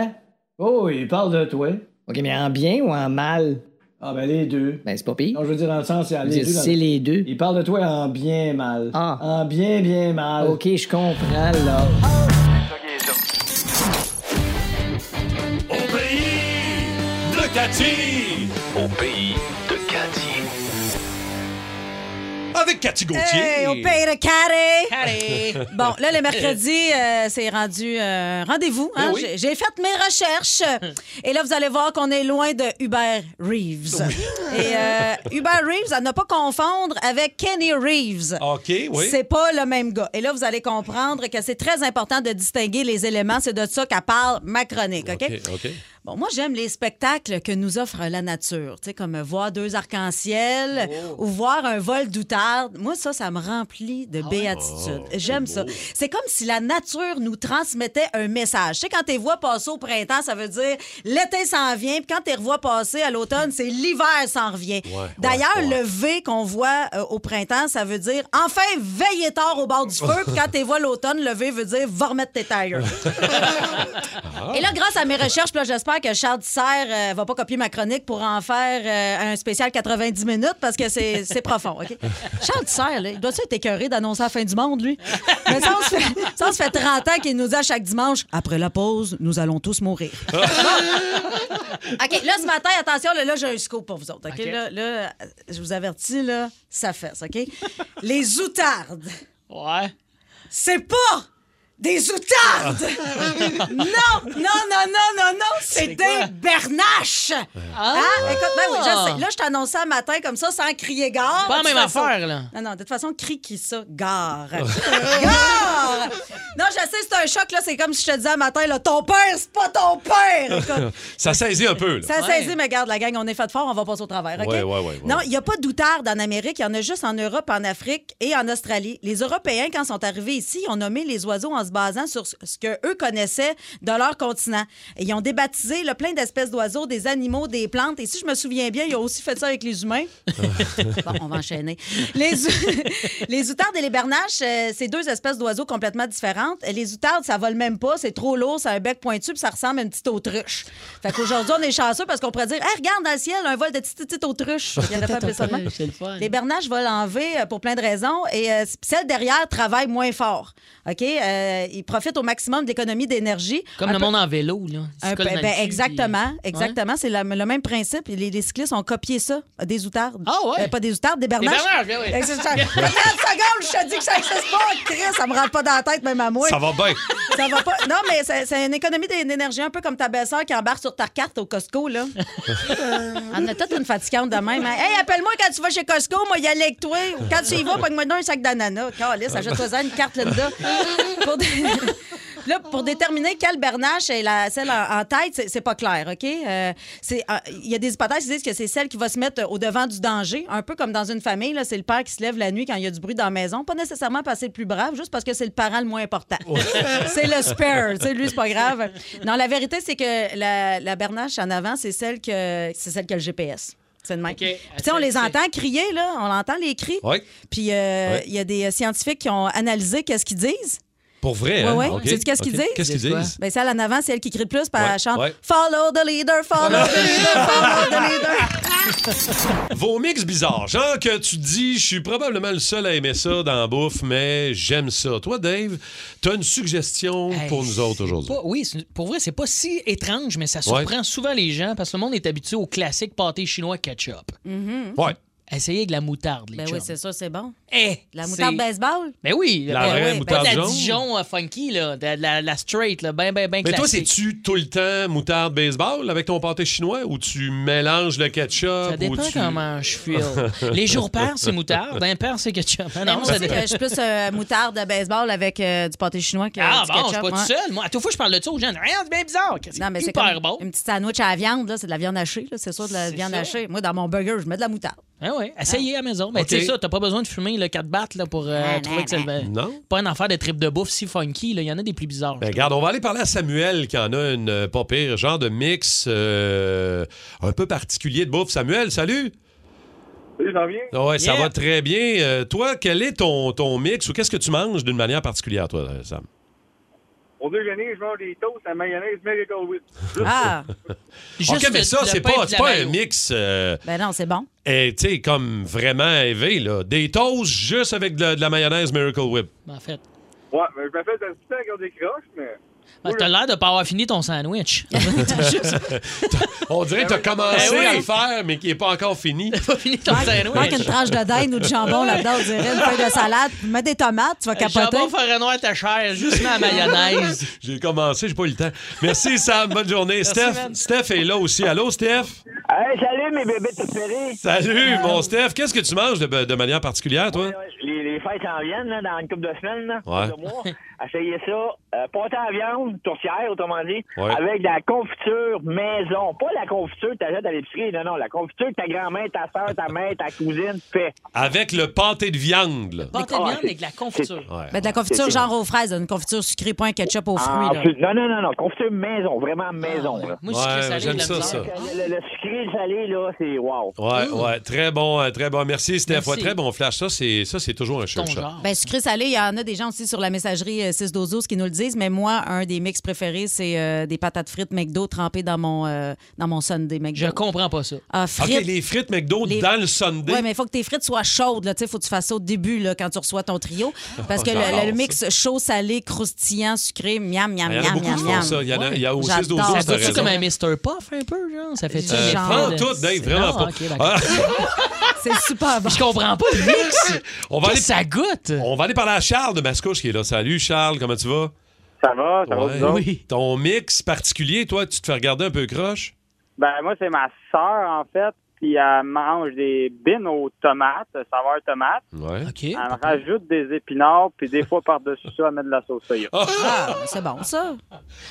[SPEAKER 1] Oh, ils parlent de toi. OK, mais en bien ou en mal? Ah, ben les deux. Ben c'est pas pire. Non, je veux dire, dans le sens, c'est les deux. C'est les deux. Ils parlent de toi en bien mal. Ah. En bien, bien mal. OK, je comprends, là.
[SPEAKER 2] Au pays de Cathy!
[SPEAKER 8] Au pays de Cathy.
[SPEAKER 2] Avec Cathy Gauthier.
[SPEAKER 5] Hey, au pays de Carré.
[SPEAKER 3] Allez!
[SPEAKER 5] Bon, là, le mercredi, euh, c'est rendu euh, rendez-vous. hein. J'ai- J'ai fait mes recherches. Et là, vous allez voir qu'on est loin de Hubert Reeves. Et euh, Hubert Reeves, à ne pas confondre avec Kenny Reeves.
[SPEAKER 2] OK, Ah, oui.
[SPEAKER 5] C'est pas le même gars. Et là, vous allez comprendre que c'est très important de distinguer les éléments. C'est de ça qu'elle parle ma chronique, OK?
[SPEAKER 2] OK, OK.
[SPEAKER 5] Bon, moi, j'aime les spectacles que nous offre la nature, tu sais, comme voir deux arcs-en-ciel ou
[SPEAKER 2] Oh.
[SPEAKER 5] voir un vol d'outarde. Moi, ça, ça me remplit
[SPEAKER 2] Ah
[SPEAKER 5] de béatitude.
[SPEAKER 2] Oh,
[SPEAKER 5] j'aime ça. C'est comme si la nature nous transmettait un message. Tu sais, quand t'es vois passer au printemps, ça veut dire l'été s'en vient, puis quand t'es revois passer à l'automne, c'est l'hiver s'en revient.
[SPEAKER 2] ouais,
[SPEAKER 5] D'ailleurs,
[SPEAKER 2] ouais.
[SPEAKER 5] le V qu'on voit euh, au printemps, ça veut dire enfin veillez tard au bord du feu, puis quand t'es vois l'automne, le V veut dire va remettre tes tailleurs. Et là, grâce à mes recherches, puis là, j'espère que Charles Tisser euh, va pas copier ma chronique pour en faire euh, un spécial 90 minutes parce que c'est c'est profond, OK? Charles Tisser, là, il doit être écœuré d'annoncer la fin du monde, lui. Mais ça, on se fait, ça, on se fait 30 ans qu'il nous dit à chaque dimanche après la pause, nous allons tous mourir. Bon. OK, là, ce matin, attention, là, là, j'ai un scoop pour vous autres, OK? Là, là, je vous avertis, là, ça fesse, OK? Les outardes,
[SPEAKER 3] Ouais.
[SPEAKER 5] c'est pas Des outardes! non, non, non, non, non, non, c'est des bernaches!
[SPEAKER 3] Ah.
[SPEAKER 5] Hein? Écoute, ben oui, je sais. Là, je t'annonçais un matin comme ça, sans crier gare.
[SPEAKER 3] Pas la
[SPEAKER 5] De toute
[SPEAKER 3] même
[SPEAKER 5] façon-
[SPEAKER 3] affaire, là.
[SPEAKER 5] Non, non, de toute façon, crie qui ça? Gare! gare! Non, je sais, c'est un choc, là. C'est comme si je te disais un matin, là, ton père, c'est pas ton père! Écoute,
[SPEAKER 2] ça saisit un peu. Là.
[SPEAKER 5] ça a saisi, mais garde la gang, on est fait fort, on va passer au travers, OK?
[SPEAKER 2] Ouais, ouais, ouais, ouais.
[SPEAKER 5] Non, il n'y a pas d'outarde en Amérique, il y en a juste en Europe, en Afrique et en Australie. Les Européens, quand sont arrivés ici, ils ont nommé les oiseaux en se basant sur ce que eux connaissaient de leur continent. Et ils ont débaptisé là, plein d'espèces d'oiseaux, des animaux, des plantes. Et si je me souviens bien, ils ont aussi fait ça avec les humains. Bon, on va enchaîner. Les, ou- les outardes et les bernaches, euh, c'est deux espèces d'oiseaux complètement différentes. Les outardes, ça vole même pas, c'est trop lourd, ça a un bec pointu, puis ça ressemble à une petite autruche. Fait qu'aujourd'hui, on est chanceux parce qu'on pourrait dire Hey, regarde dans le ciel, un vol de petite, petite autruche. Il y en a pas appelé ça de même. Les bernaches volent en V euh, pour plein de raisons et euh, celles derrière travaillent moins fort. OK? Euh, ils profitent au maximum de l'économie d'énergie.
[SPEAKER 3] Comme
[SPEAKER 5] Un
[SPEAKER 3] le
[SPEAKER 5] peu-
[SPEAKER 3] monde en vélo, là. Ils se
[SPEAKER 5] un peu-
[SPEAKER 3] collent dans le
[SPEAKER 5] ben,
[SPEAKER 3] cul,
[SPEAKER 5] exactement, exactement. C'est la- le même principe. Les, les cyclistes ont copié ça, des outardes. Ah
[SPEAKER 3] ouais?
[SPEAKER 5] pas des outardes, des bernaches.
[SPEAKER 3] bernaches, ben oui.
[SPEAKER 5] Fait que c'est ça. 30 secondes, je te dis que ça n'existe pas. Chris, ça me rentre pas dans la tête, même à moi.
[SPEAKER 2] Ça va bien.
[SPEAKER 5] Ça va pas. Non, mais c'est c'est une économie d'é- d'énergie, un peu comme ta belle-sœur qui embarque sur ta carte au Costco, là.
[SPEAKER 3] Euh,
[SPEAKER 5] On a toute une fatigante de même. hein. Hey, appelle-moi quand tu vas chez Costco, moi, y aller avec toi. Ou Quand tu y vas, pogne-moi donc un sac d'ananas. Calisse, achète-toi une carte Linda. Pour dé- Là, pour déterminer quelle bernache est la, celle en, en tête, c'est- c'est pas clair, OK? Euh, c'est- euh, Il y a des hypothèses qui disent que c'est celle qui va se mettre au devant du danger, un peu comme dans une famille. là, C'est le père qui se lève la nuit quand il y a du bruit dans la maison. Pas nécessairement parce que c'est le plus brave, juste parce que c'est le parent le moins important. c'est le spare. tu sais, lui, c'est pas grave. Non, la vérité, c'est que la, la bernache en avant, c'est celle, que- c'est celle qui a le GPS. C'est de même. Puis, tu sais, on les entend crier, là. On entend les cris.
[SPEAKER 2] Ouais.
[SPEAKER 5] Puis, euh, il
[SPEAKER 2] Ouais.
[SPEAKER 5] y a des euh, scientifiques qui ont analysé qu'est-ce qu'ils disent.
[SPEAKER 2] Pour vrai, hein?
[SPEAKER 5] Oui,
[SPEAKER 2] Ok,
[SPEAKER 5] oui. Sais-tu qu'est-ce qu'ils
[SPEAKER 2] ok.
[SPEAKER 5] disent?
[SPEAKER 2] Qu'est-ce qu'ils disent?
[SPEAKER 5] Ben, celle en avant, c'est elle qui crie le plus, puis
[SPEAKER 2] Ouais,
[SPEAKER 5] elle chante
[SPEAKER 2] ouais.
[SPEAKER 5] Follow the leader, follow the leader, follow the leader.
[SPEAKER 2] Vos mix bizarres. Genre que tu te dis, je suis probablement le seul à aimer ça dans la bouffe, mais j'aime ça. Toi, Dave, t'as une suggestion pour nous autres aujourd'hui.
[SPEAKER 3] Pas- oui, euh, c'est- pour vrai, c'est pas si étrange, mais ça surprend souvent les gens parce que le monde est habitué au classique pâté chinois ketchup.
[SPEAKER 2] Ouais.
[SPEAKER 3] Essayez avec de la moutarde, les
[SPEAKER 5] Mm. Ben oui,
[SPEAKER 3] chums.
[SPEAKER 5] c'est ça, c'est bon.
[SPEAKER 3] Eh,
[SPEAKER 5] La moutarde
[SPEAKER 3] c'est-
[SPEAKER 5] baseball?
[SPEAKER 3] Ben oui,
[SPEAKER 2] La
[SPEAKER 3] ben
[SPEAKER 2] vraie
[SPEAKER 3] ouais, ben
[SPEAKER 2] moutarde
[SPEAKER 3] la
[SPEAKER 2] jaune.
[SPEAKER 3] Dijon euh, funky, là, de la, la straight, là, ben, ben, ben
[SPEAKER 2] Mais toi,
[SPEAKER 3] classique.
[SPEAKER 2] c'est-tu tout le temps moutarde baseball avec ton pâté chinois ou tu mélanges le ketchup?
[SPEAKER 3] Ça dépend
[SPEAKER 2] ou tu...
[SPEAKER 3] comment je feel. les jours pairs, c'est moutarde. Impairs, c'est ketchup. Ah, non,
[SPEAKER 5] moi
[SPEAKER 3] ça
[SPEAKER 5] aussi,
[SPEAKER 3] dépend.
[SPEAKER 5] euh, je suis plus euh, moutarde de baseball avec euh, du pâté chinois que
[SPEAKER 3] Ah,
[SPEAKER 5] du
[SPEAKER 3] bon, je suis
[SPEAKER 5] ketchup.
[SPEAKER 3] pas tout
[SPEAKER 5] ouais.
[SPEAKER 3] seul. Moi, à toute fois, je parle de ça aux gens. Rien, c'est bien bizarre. C'est
[SPEAKER 5] Non, mais c'est
[SPEAKER 3] hyper
[SPEAKER 5] comme
[SPEAKER 3] bon.
[SPEAKER 5] une petite sandwich à la viande, là, c'est de la viande hachée, là, c'est sûr de la
[SPEAKER 3] C'est
[SPEAKER 5] viande
[SPEAKER 3] ça.
[SPEAKER 5] hachée. Moi, dans mon burger, je mets de la moutarde.
[SPEAKER 3] Ah ouais, essayez à la maison. Mais
[SPEAKER 2] Ok.
[SPEAKER 3] tu sais ça, t'as pas besoin de fumer le 4 battes là, pour euh,
[SPEAKER 5] Non,
[SPEAKER 3] trouver
[SPEAKER 5] Ah, non,
[SPEAKER 3] que c'est le-
[SPEAKER 2] Non?
[SPEAKER 3] pas une affaire de trip de bouffe si funky. là. Il y en a des plus bizarres.
[SPEAKER 2] Ben, regarde, on va aller parler à Samuel qui en a une euh, pas pire, genre de mix euh, un peu particulier de bouffe. Samuel, salut! Ah
[SPEAKER 11] Salut, Janvier.
[SPEAKER 2] Ouais, ça
[SPEAKER 11] Yeah.
[SPEAKER 2] va très bien. Euh, toi, quel est ton, ton mix ou qu'est-ce que tu manges d'une manière particulière, toi, euh, Sam?
[SPEAKER 11] Au déjeuner, je mange des toasts à mayonnaise Miracle Whip.
[SPEAKER 5] Ah!
[SPEAKER 2] ok, mais ça, c'est pas, c'est pas un mix, euh,
[SPEAKER 5] Ben non, c'est bon.
[SPEAKER 2] eh, tu sais, comme vraiment élevé, là. Des toasts juste avec de la, de la mayonnaise Miracle Whip.
[SPEAKER 3] En fait.
[SPEAKER 11] Ouais, mais je me fais un petit temps quand décroche, mais.
[SPEAKER 3] Ben, t'as l'air de pas avoir fini ton sandwich.
[SPEAKER 2] On dirait que t'as commencé
[SPEAKER 3] Ben oui.
[SPEAKER 2] à le faire, mais qui est pas encore fini.
[SPEAKER 3] T'as pas fini ton
[SPEAKER 5] Manque une
[SPEAKER 3] sandwich.
[SPEAKER 5] tranche de dinde ou de jambon là-dedans, on dirait une feuille de salade, puis mets des tomates, tu vas capoter.
[SPEAKER 3] Jambon forêt noire, ta chair, juste mets la mayonnaise.
[SPEAKER 2] J'ai commencé, j'ai pas eu le temps. Merci, Sam. Bonne journée. Steph,
[SPEAKER 3] man.
[SPEAKER 2] Steph est là aussi. Allô, Steph?
[SPEAKER 12] Hey, salut mes bébés tout serrés.
[SPEAKER 2] Salut, mon Steph. Qu'est-ce que tu manges de, de manière particulière, toi?
[SPEAKER 12] Les, les fêtes s'en viennent là, dans une couple de semaines, là,
[SPEAKER 2] Ouais.
[SPEAKER 12] de mois. Essayez ça. Euh, pâté à viande, tourtière, autrement dit,
[SPEAKER 2] Ouais.
[SPEAKER 12] avec de la confiture maison. Pas la confiture que t'achètes à l'épicerie, non, non. La confiture que ta grand-mère, ta soeur, ta mère, ta cousine fait.
[SPEAKER 2] Avec le pâté de viande, là.
[SPEAKER 3] Pâté de viande avec de la confiture.
[SPEAKER 2] Ouais.
[SPEAKER 5] Ben, de la confiture genre aux fraises, une confiture sucrée, pas un ketchup aux fruits.
[SPEAKER 12] Ah,
[SPEAKER 5] là.
[SPEAKER 12] plus- non, non, non, non. Confiture maison, vraiment maison. là.
[SPEAKER 3] Moi,
[SPEAKER 2] sucré Ouais, salé, j'aime de la ça, misère. ça.
[SPEAKER 12] Le, le- le sucré le salé, là, c'est wow.
[SPEAKER 2] Ouais, ouais, très bon, euh, très bon. Merci, Steph.
[SPEAKER 3] Merci.
[SPEAKER 2] Ouais, très bon flash. Ça, c'est ça, c'est toujours un sure shot.
[SPEAKER 5] Ben, sucré salé, il y en a des gens aussi sur la messagerie 612 qui nous le disent. gourmandise, mais moi, un des mix préférés, c'est euh, des patates frites McDo trempées dans mon, euh, dans mon Sunday McDo.
[SPEAKER 3] Je comprends pas ça.
[SPEAKER 5] Ah, frites.
[SPEAKER 2] OK, les frites McDo
[SPEAKER 5] Les-
[SPEAKER 2] dans le Sunday.
[SPEAKER 5] Oui, mais il faut que tes frites soient chaudes. Il faut que tu fasses ça au début là, quand tu reçois ton trio. Parce que le,
[SPEAKER 2] Ah, J'adore
[SPEAKER 5] le
[SPEAKER 2] ça.
[SPEAKER 5] mix chaud, salé, croustillant, sucré, miam, miam,
[SPEAKER 2] Il y en a
[SPEAKER 5] miam,
[SPEAKER 2] beaucoup
[SPEAKER 5] miam,
[SPEAKER 2] qui font
[SPEAKER 5] miam.
[SPEAKER 2] ça. Il y en a- il y a au
[SPEAKER 5] J'adore
[SPEAKER 2] 6-12
[SPEAKER 5] ça.
[SPEAKER 2] Ah, t'as
[SPEAKER 3] C'est
[SPEAKER 2] raison.
[SPEAKER 3] comme un Mr. Puff un peu, genre? Ça fait
[SPEAKER 2] Euh, prends tout, Dave, vraiment pas. Ah.
[SPEAKER 5] C'est super bon.
[SPEAKER 3] Je comprends pas le mix.
[SPEAKER 2] On va aller,
[SPEAKER 3] ça goûte.
[SPEAKER 2] On va aller parler à Charles de Mascouche qui est là. Salut Charles, comment tu vas?
[SPEAKER 11] Ça va, ça va,
[SPEAKER 2] Ouais.
[SPEAKER 11] vous autres?
[SPEAKER 2] Ton mix particulier, toi, tu te fais regarder un peu croche?
[SPEAKER 11] Ben, moi, c'est ma sœur, en fait, qui elle mange des bines aux tomates, euh, saveur tomate.
[SPEAKER 2] Ouais. OK.
[SPEAKER 11] Elle rajoute des épinards, puis des fois, par-dessus ça, elle met de la sauce soya.
[SPEAKER 5] Ah, c'est bon, ça.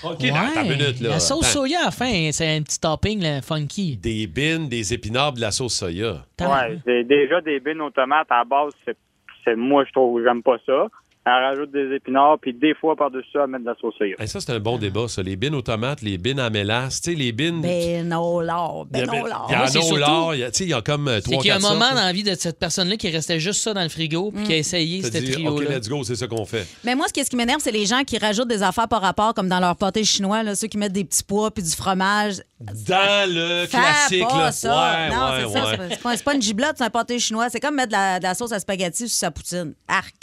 [SPEAKER 2] OK,
[SPEAKER 11] Ouais,
[SPEAKER 2] attends une minute, là.
[SPEAKER 3] La sauce
[SPEAKER 2] Attends.
[SPEAKER 3] soya à la fin, c'est un petit topping là, funky.
[SPEAKER 2] Des bines, des épinards, de la sauce soya.
[SPEAKER 11] Ouais, j'ai déjà des bines aux tomates à la base, c'est, c'est- moi, je trouve, j'aime pas ça. Elle rajoute des épinards, puis des fois, par-dessus ça, elle met de la sauce soya.
[SPEAKER 2] Hey, ça, c'est un bon débat, ça. Les bines aux tomates, les bines à mélasse, tu sais, les bines...
[SPEAKER 5] Ben, au lard,
[SPEAKER 2] Il y a-
[SPEAKER 5] ben, au lard.
[SPEAKER 2] il y en a
[SPEAKER 3] Moi, c'est
[SPEAKER 2] au
[SPEAKER 3] surtout-
[SPEAKER 2] lard, il y a- tu sais, il y a comme euh,
[SPEAKER 3] C'est
[SPEAKER 2] trois,
[SPEAKER 3] qu'il y a un
[SPEAKER 2] quatre
[SPEAKER 3] moment
[SPEAKER 2] sortes.
[SPEAKER 3] dans la vie de cette personne-là qui restait juste ça dans le frigo puis qui a essayé
[SPEAKER 2] T'as
[SPEAKER 3] ce
[SPEAKER 2] dit, OK,
[SPEAKER 3] trio-là.
[SPEAKER 2] let's go, c'est ça qu'on fait.
[SPEAKER 5] Mais moi, ce qui, ce qui m'énerve, c'est les gens qui rajoutent des affaires par rapport, comme dans leur pâté chinois, là, ceux qui mettent des petits pois puis du fromage.
[SPEAKER 2] Dans le
[SPEAKER 5] Fais
[SPEAKER 2] classique,
[SPEAKER 5] pas
[SPEAKER 2] là.
[SPEAKER 5] ça.
[SPEAKER 2] Ouais,
[SPEAKER 5] non,
[SPEAKER 2] ouais,
[SPEAKER 5] c'est ça. c'est
[SPEAKER 2] ouais.
[SPEAKER 5] pas- C'est pas, c'est pas une giblotte, c'est un pâté chinois. C'est comme mettre de la, de la sauce à spaghetti sur sa poutine. Arc.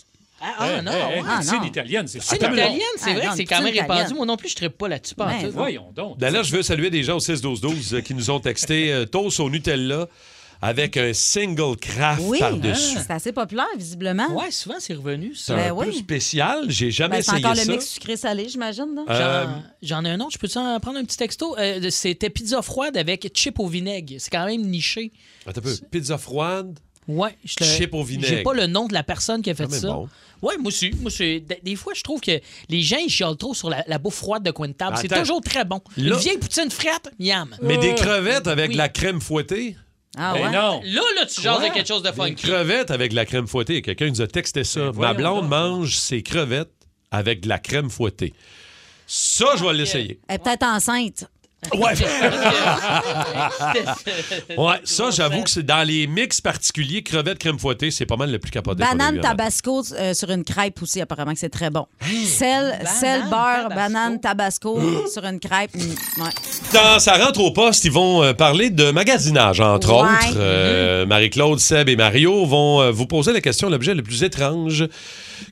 [SPEAKER 3] Ah, ah, non,
[SPEAKER 4] hey,
[SPEAKER 3] ah,
[SPEAKER 4] c'est
[SPEAKER 3] non.
[SPEAKER 4] l'italienne, c'est
[SPEAKER 3] C'est
[SPEAKER 4] super bon.
[SPEAKER 3] l'italienne, c'est
[SPEAKER 4] Ah,
[SPEAKER 3] vrai
[SPEAKER 4] non,
[SPEAKER 3] que c'est quand
[SPEAKER 4] c'est
[SPEAKER 3] même
[SPEAKER 4] l'italienne.
[SPEAKER 3] répandu. Moi non plus, je ne pas là-dessus. Pas en tout.
[SPEAKER 4] voyons donc.
[SPEAKER 2] D'ailleurs, Ben je veux saluer des gens au 6-12-12 euh, qui nous ont texté euh, toast au Nutella avec un single craft
[SPEAKER 5] Oui, hein.
[SPEAKER 2] par-dessus.
[SPEAKER 5] c'est assez populaire, visiblement.
[SPEAKER 3] Ouais, souvent, c'est revenu.
[SPEAKER 2] C'est
[SPEAKER 3] ça.
[SPEAKER 2] un peu spécial. J'ai jamais
[SPEAKER 5] Ben, c'est
[SPEAKER 2] essayé
[SPEAKER 5] encore
[SPEAKER 2] ça.
[SPEAKER 5] le mix sucré-salé, j'imagine. là.
[SPEAKER 2] Euh,
[SPEAKER 3] J'en- J'en ai un autre. Je peux-tu en prendre un petit texto? Euh, de- C'était pizza froide avec chip au vinaigre. C'est quand même niché.
[SPEAKER 2] Attends un peu. Pizza froide.
[SPEAKER 3] Ouais, je te-
[SPEAKER 2] Chip au vinaigre.
[SPEAKER 3] J'ai pas le nom de la personne qui a fait
[SPEAKER 2] Quand même
[SPEAKER 3] ça.
[SPEAKER 2] bon.
[SPEAKER 3] Ouais, moi aussi. Moi, c'est- des- des fois, je trouve que les gens, ils chialent trop sur la, la bouffe froide de coin de table. C'est
[SPEAKER 2] Attends.
[SPEAKER 3] toujours très bon.
[SPEAKER 2] Là-
[SPEAKER 3] Une vieille poutine frette, miam.
[SPEAKER 5] Euh,
[SPEAKER 2] Mais des crevettes avec
[SPEAKER 3] Oui.
[SPEAKER 2] de la crème fouettée.
[SPEAKER 5] Ah
[SPEAKER 2] Ben ouais? non.
[SPEAKER 3] Là, là, tu jases
[SPEAKER 2] Quoi?
[SPEAKER 3] de quelque chose de
[SPEAKER 2] Des
[SPEAKER 3] funky. Ben,
[SPEAKER 2] crevettes avec de la crème fouettée. Quelqu'un nous a texté ça. Ma
[SPEAKER 3] voyons
[SPEAKER 2] blonde mange ses crevettes avec de la crème fouettée. Ça, je vais l'essayer.
[SPEAKER 5] Elle est peut-être enceinte.
[SPEAKER 2] Ouais. ouais, ça, j'avoue que c'est dans les mix particuliers, crevettes, crème fouettée, c'est pas mal le plus capoté. qu'on a eu
[SPEAKER 5] Banane
[SPEAKER 2] en
[SPEAKER 5] tabasco euh, sur une crêpe aussi, apparemment que c'est très bon. Sel, sel, beurre, banane tabasco sur une crêpe. mm, ouais.
[SPEAKER 2] Dans Ça rentre au poste, ils vont euh, parler de magasinage,
[SPEAKER 5] Ouais.
[SPEAKER 2] entre
[SPEAKER 5] Mm-hmm.
[SPEAKER 2] autres. Euh, Marie-Claude, Seb et Mario vont euh, vous poser la question, l'objet le plus étrange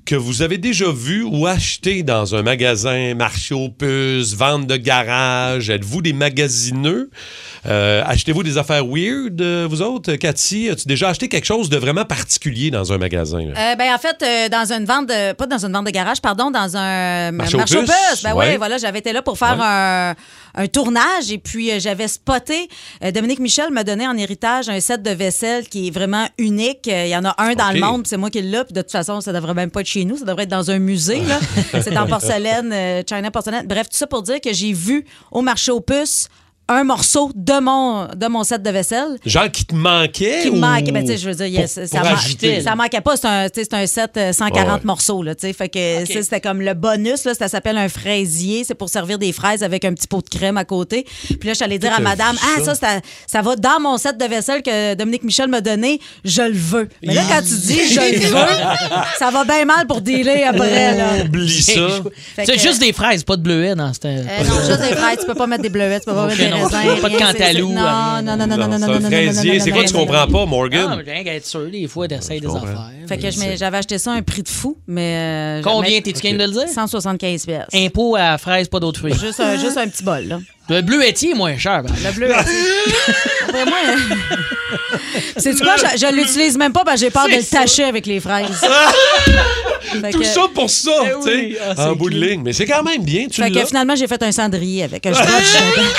[SPEAKER 2] que vous avez déjà vu ou acheté dans un magasin, marché aux puces, vente de garage. Êtes-vous des magasineux? Euh, Achetez-vous des affaires weird, euh, vous autres? Cathy, as-tu déjà acheté quelque chose de vraiment particulier dans un magasin? là?
[SPEAKER 5] Euh, ben, en fait, euh, dans une vente de. Pas dans une vente de garage, pardon, dans un.
[SPEAKER 2] Marché aux
[SPEAKER 5] aux
[SPEAKER 2] puces.
[SPEAKER 5] puces. Ben oui,
[SPEAKER 2] Ouais.
[SPEAKER 5] voilà, j'avais été là pour faire
[SPEAKER 2] Ouais.
[SPEAKER 5] un, un tournage et puis euh, j'avais spoté. euh, Dominique Michel m'a donné en héritage un set de vaisselle qui est vraiment unique. Euh, Il y en a un dans
[SPEAKER 13] OK.
[SPEAKER 5] le monde, puis c'est moi qui l'ai. Puis de toute façon, ça devrait même pas être chez nous, ça devrait être dans un musée, là. c'est en porcelaine, euh, China porcelaine. Bref, tout ça pour dire que j'ai vu au marché aux puces un morceau de mon, de mon set de vaisselle
[SPEAKER 2] Genre qui te manquait?
[SPEAKER 5] qui me
[SPEAKER 2] ou-
[SPEAKER 5] manquait. Ben, tu sais, je veux dire, il y a-
[SPEAKER 2] Pour-
[SPEAKER 5] ça,
[SPEAKER 2] pour
[SPEAKER 5] ça, ma-
[SPEAKER 2] ajouter.
[SPEAKER 5] ça manquait pas. C'est un, tu sais, c'est un set euh, 140
[SPEAKER 2] Ouais, ouais.
[SPEAKER 5] morceaux. Là, tu sais. fait que ça, c'était comme le bonus. Là, ça s'appelle un fraisier. C'est pour servir des fraises avec un petit pot de crème à côté. Puis là, je suis allée dire à
[SPEAKER 13] T'as
[SPEAKER 5] madame,
[SPEAKER 13] vu
[SPEAKER 5] ah,
[SPEAKER 13] ça?
[SPEAKER 5] ça, ça, ça va dans mon set de vaisselle que Dominique Michel m'a donné. Je le veux. Mais là, quand tu dis je le veux, ça va bien mal pour dealer après. Là.
[SPEAKER 2] Oublie ça.
[SPEAKER 5] Fait
[SPEAKER 3] C'est
[SPEAKER 5] que-
[SPEAKER 3] juste des fraises, pas de bleuets dans cette.
[SPEAKER 5] Euh, non, juste des fraises. Tu peux pas mettre des bleuets, tu peux pas
[SPEAKER 3] Ok,
[SPEAKER 5] mettre des
[SPEAKER 3] non,
[SPEAKER 5] raisins.
[SPEAKER 3] pas de
[SPEAKER 5] rien, c'est- c'est-
[SPEAKER 3] cantaloupe,
[SPEAKER 5] Non, non, non, non, non, non, non,
[SPEAKER 2] euh, C'est
[SPEAKER 5] non,
[SPEAKER 2] un
[SPEAKER 5] non,
[SPEAKER 2] fraisier. C'est quoi que tu comprends pas, Morgan?
[SPEAKER 3] Non, mais rien qu'à être sûr, des fois, d'essayer des affaires.
[SPEAKER 5] Fait que je m'ai- j'avais aché ça à un prix de fou, mais. euh,
[SPEAKER 3] Combien
[SPEAKER 5] jamais-
[SPEAKER 3] t'es-tu capable de le dire?
[SPEAKER 5] 175 pièces.
[SPEAKER 3] Impôt à fraises, pas d'autres fruits.
[SPEAKER 5] Juste un, juste un petit bol, là.
[SPEAKER 3] Le bleuetier est moins cher. ben.
[SPEAKER 5] Le bleu. Après moi. C'est quoi? Je, je l'utilise même pas parce que j'ai peur de le tacher avec les fraises. Fait
[SPEAKER 2] Tout
[SPEAKER 5] que-
[SPEAKER 2] ça pour ça,
[SPEAKER 3] Eh
[SPEAKER 2] tu sais,
[SPEAKER 3] Ah,
[SPEAKER 2] en bout de ligne. Mais c'est quand même bien, tu
[SPEAKER 5] Fait que
[SPEAKER 2] l'as.
[SPEAKER 5] finalement, j'ai fait un cendrier avec. Je punch.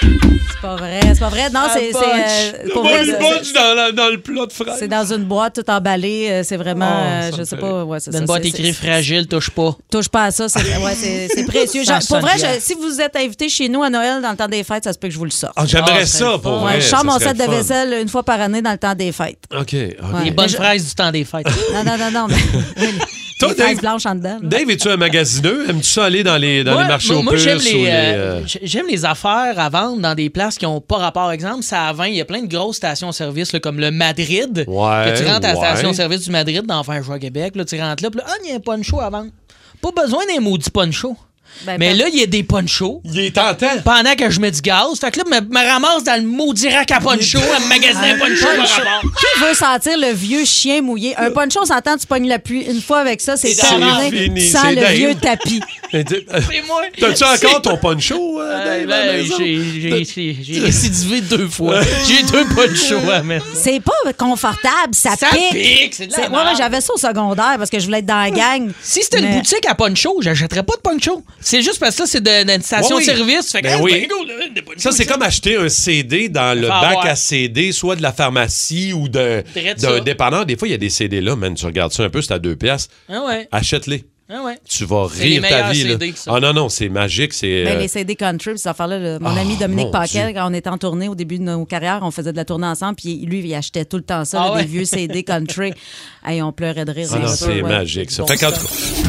[SPEAKER 5] C'est pas vrai, c'est pas vrai. Non,
[SPEAKER 13] Un
[SPEAKER 5] c'est.
[SPEAKER 13] punch.
[SPEAKER 5] c'est, euh, pour
[SPEAKER 2] Moi,
[SPEAKER 5] vrai,
[SPEAKER 2] une
[SPEAKER 5] c'est-
[SPEAKER 2] bunch dans, la- dans le plat de fraises.
[SPEAKER 5] C'est dans une boîte tout emballée. euh, C'est vraiment,
[SPEAKER 3] Oh,
[SPEAKER 5] euh,
[SPEAKER 3] ça
[SPEAKER 5] je
[SPEAKER 3] me
[SPEAKER 5] sais
[SPEAKER 3] fait
[SPEAKER 5] pas. Ouais, c'est
[SPEAKER 3] Dans
[SPEAKER 5] ça,
[SPEAKER 3] une boîte
[SPEAKER 5] c'est-
[SPEAKER 3] écrite fragile, touche pas.
[SPEAKER 5] Touche pas à ça, c'est ouais, c'est- c'est précieux. Genre, pour vrai, je-
[SPEAKER 3] 160
[SPEAKER 5] si vous êtes invité chez nous à Noël dans le temps des fêtes, ça se peut que je vous le sorte.
[SPEAKER 2] Ah, j'aimerais
[SPEAKER 3] Ah, ça serait
[SPEAKER 2] ça,
[SPEAKER 3] le
[SPEAKER 2] pour
[SPEAKER 3] fun.
[SPEAKER 2] vrai.
[SPEAKER 5] Ouais, je sors
[SPEAKER 2] ça
[SPEAKER 5] mon
[SPEAKER 2] serait
[SPEAKER 5] set de
[SPEAKER 2] le fun.
[SPEAKER 5] vaisselle une fois par année dans le temps des fêtes.
[SPEAKER 2] OK. ok.
[SPEAKER 3] Les bonnes fraises du temps des fêtes.
[SPEAKER 5] Non, non, non, non. Mais...
[SPEAKER 2] Toi,
[SPEAKER 5] les
[SPEAKER 2] Dave-
[SPEAKER 5] fraises blanches en dedans. là.
[SPEAKER 3] Ben,
[SPEAKER 2] Dave, es-tu un magasineux? Aimes-tu ça aller dans les, dans
[SPEAKER 3] Moi-
[SPEAKER 2] les marchés
[SPEAKER 3] moi-
[SPEAKER 2] aux
[SPEAKER 3] moi,
[SPEAKER 2] puces?
[SPEAKER 3] j'aime
[SPEAKER 2] ou
[SPEAKER 3] les,
[SPEAKER 2] les,
[SPEAKER 3] euh,
[SPEAKER 2] euh,
[SPEAKER 3] j- j'aime les affaires à vendre dans des places qui n'ont pas rapport. Exemple, ça à 20, il y a plein de grosses stations-service là, comme le Madrid.
[SPEAKER 2] Ouais,
[SPEAKER 3] que tu rentres à la
[SPEAKER 2] ouais.
[SPEAKER 3] station-service du Madrid dans Faire Joie Québec. Là, tu rentres là, puis là, ah, il y a un poncho à vendre. pas besoin d'un maudit poncho.
[SPEAKER 5] Ben,
[SPEAKER 3] mais
[SPEAKER 5] ben-
[SPEAKER 3] là, il y a des ponchos.
[SPEAKER 2] Il est tentant.
[SPEAKER 3] Pendant que je mets du gaz. Fait que là, me, me ramasse dans le maudit rack à poncho, à me magasiner un poncho par rapport.
[SPEAKER 5] Qui veut sentir le vieux chien mouillé? Un poncho, on s'entend, tu pognes la pluie une fois avec ça, c'est
[SPEAKER 2] C'est
[SPEAKER 5] terminé.
[SPEAKER 2] fini,
[SPEAKER 5] Tu sens
[SPEAKER 2] c'est
[SPEAKER 5] le
[SPEAKER 2] dingue.
[SPEAKER 5] vieux tapis.
[SPEAKER 2] C'est
[SPEAKER 3] moi.
[SPEAKER 2] T'as-tu
[SPEAKER 3] C'est-
[SPEAKER 2] encore ton poncho? euh,
[SPEAKER 3] Euh,
[SPEAKER 2] Dave, à la
[SPEAKER 3] ben,
[SPEAKER 2] maison?
[SPEAKER 3] j'ai- j'ai- j'ai j'ai récidivé deux fois. J'ai deux ponchos à mettre.
[SPEAKER 5] C'est pas confortable, ça,
[SPEAKER 3] Ça
[SPEAKER 5] pique.
[SPEAKER 3] pique, c'est de la
[SPEAKER 5] Ouais,
[SPEAKER 3] merde.
[SPEAKER 5] ouais, j'avais ça au secondaire parce que je voulais être dans la gang.
[SPEAKER 3] Si c'était une
[SPEAKER 5] Mais-
[SPEAKER 3] boutique à poncho, j'achèterais pas de poncho. C'est juste parce que ça, c'est de- d'une
[SPEAKER 2] Ouais, oui.
[SPEAKER 3] station-service. Fait que,
[SPEAKER 2] Ben
[SPEAKER 3] hey,
[SPEAKER 2] oui.
[SPEAKER 3] bingo, là, des ponchos,
[SPEAKER 2] Ça, c'est comme acheter un CD dans le
[SPEAKER 3] Faut
[SPEAKER 2] bac
[SPEAKER 3] avoir.
[SPEAKER 2] à CD, soit de la pharmacie ou d'un
[SPEAKER 3] Traite
[SPEAKER 2] d'un
[SPEAKER 3] ça.
[SPEAKER 2] dépanneur. Des fois, il y a des CD là, man. Tu regardes ça un peu, c'est à deux piastres.
[SPEAKER 3] Ah ouais.
[SPEAKER 2] Achète-les.
[SPEAKER 3] Ah ouais.
[SPEAKER 2] Tu vas
[SPEAKER 3] C'est les
[SPEAKER 2] rire ta
[SPEAKER 3] meilleurs
[SPEAKER 2] vie. là.
[SPEAKER 3] CD que ça.
[SPEAKER 2] Ah non, non, c'est magique. C'est.
[SPEAKER 5] Ben,
[SPEAKER 2] euh, Ah,
[SPEAKER 5] les CD country, pis ces affaires-là, le- mon ami Dominique
[SPEAKER 2] mon
[SPEAKER 5] Paquet,
[SPEAKER 2] Dieu.
[SPEAKER 5] quand on était en tournée au début de nos carrières, on faisait de la tournée ensemble, puis lui, il achetait tout le temps ça,
[SPEAKER 6] Ah
[SPEAKER 5] là,
[SPEAKER 6] ouais?
[SPEAKER 5] des vieux CD country. Et on pleurait de rire.
[SPEAKER 2] ah non,
[SPEAKER 5] sur ça,
[SPEAKER 2] c'est
[SPEAKER 5] ouais.
[SPEAKER 2] magique. Ça.
[SPEAKER 5] Bon
[SPEAKER 2] Fait qu'en
[SPEAKER 5] stuff.
[SPEAKER 2] tout cas,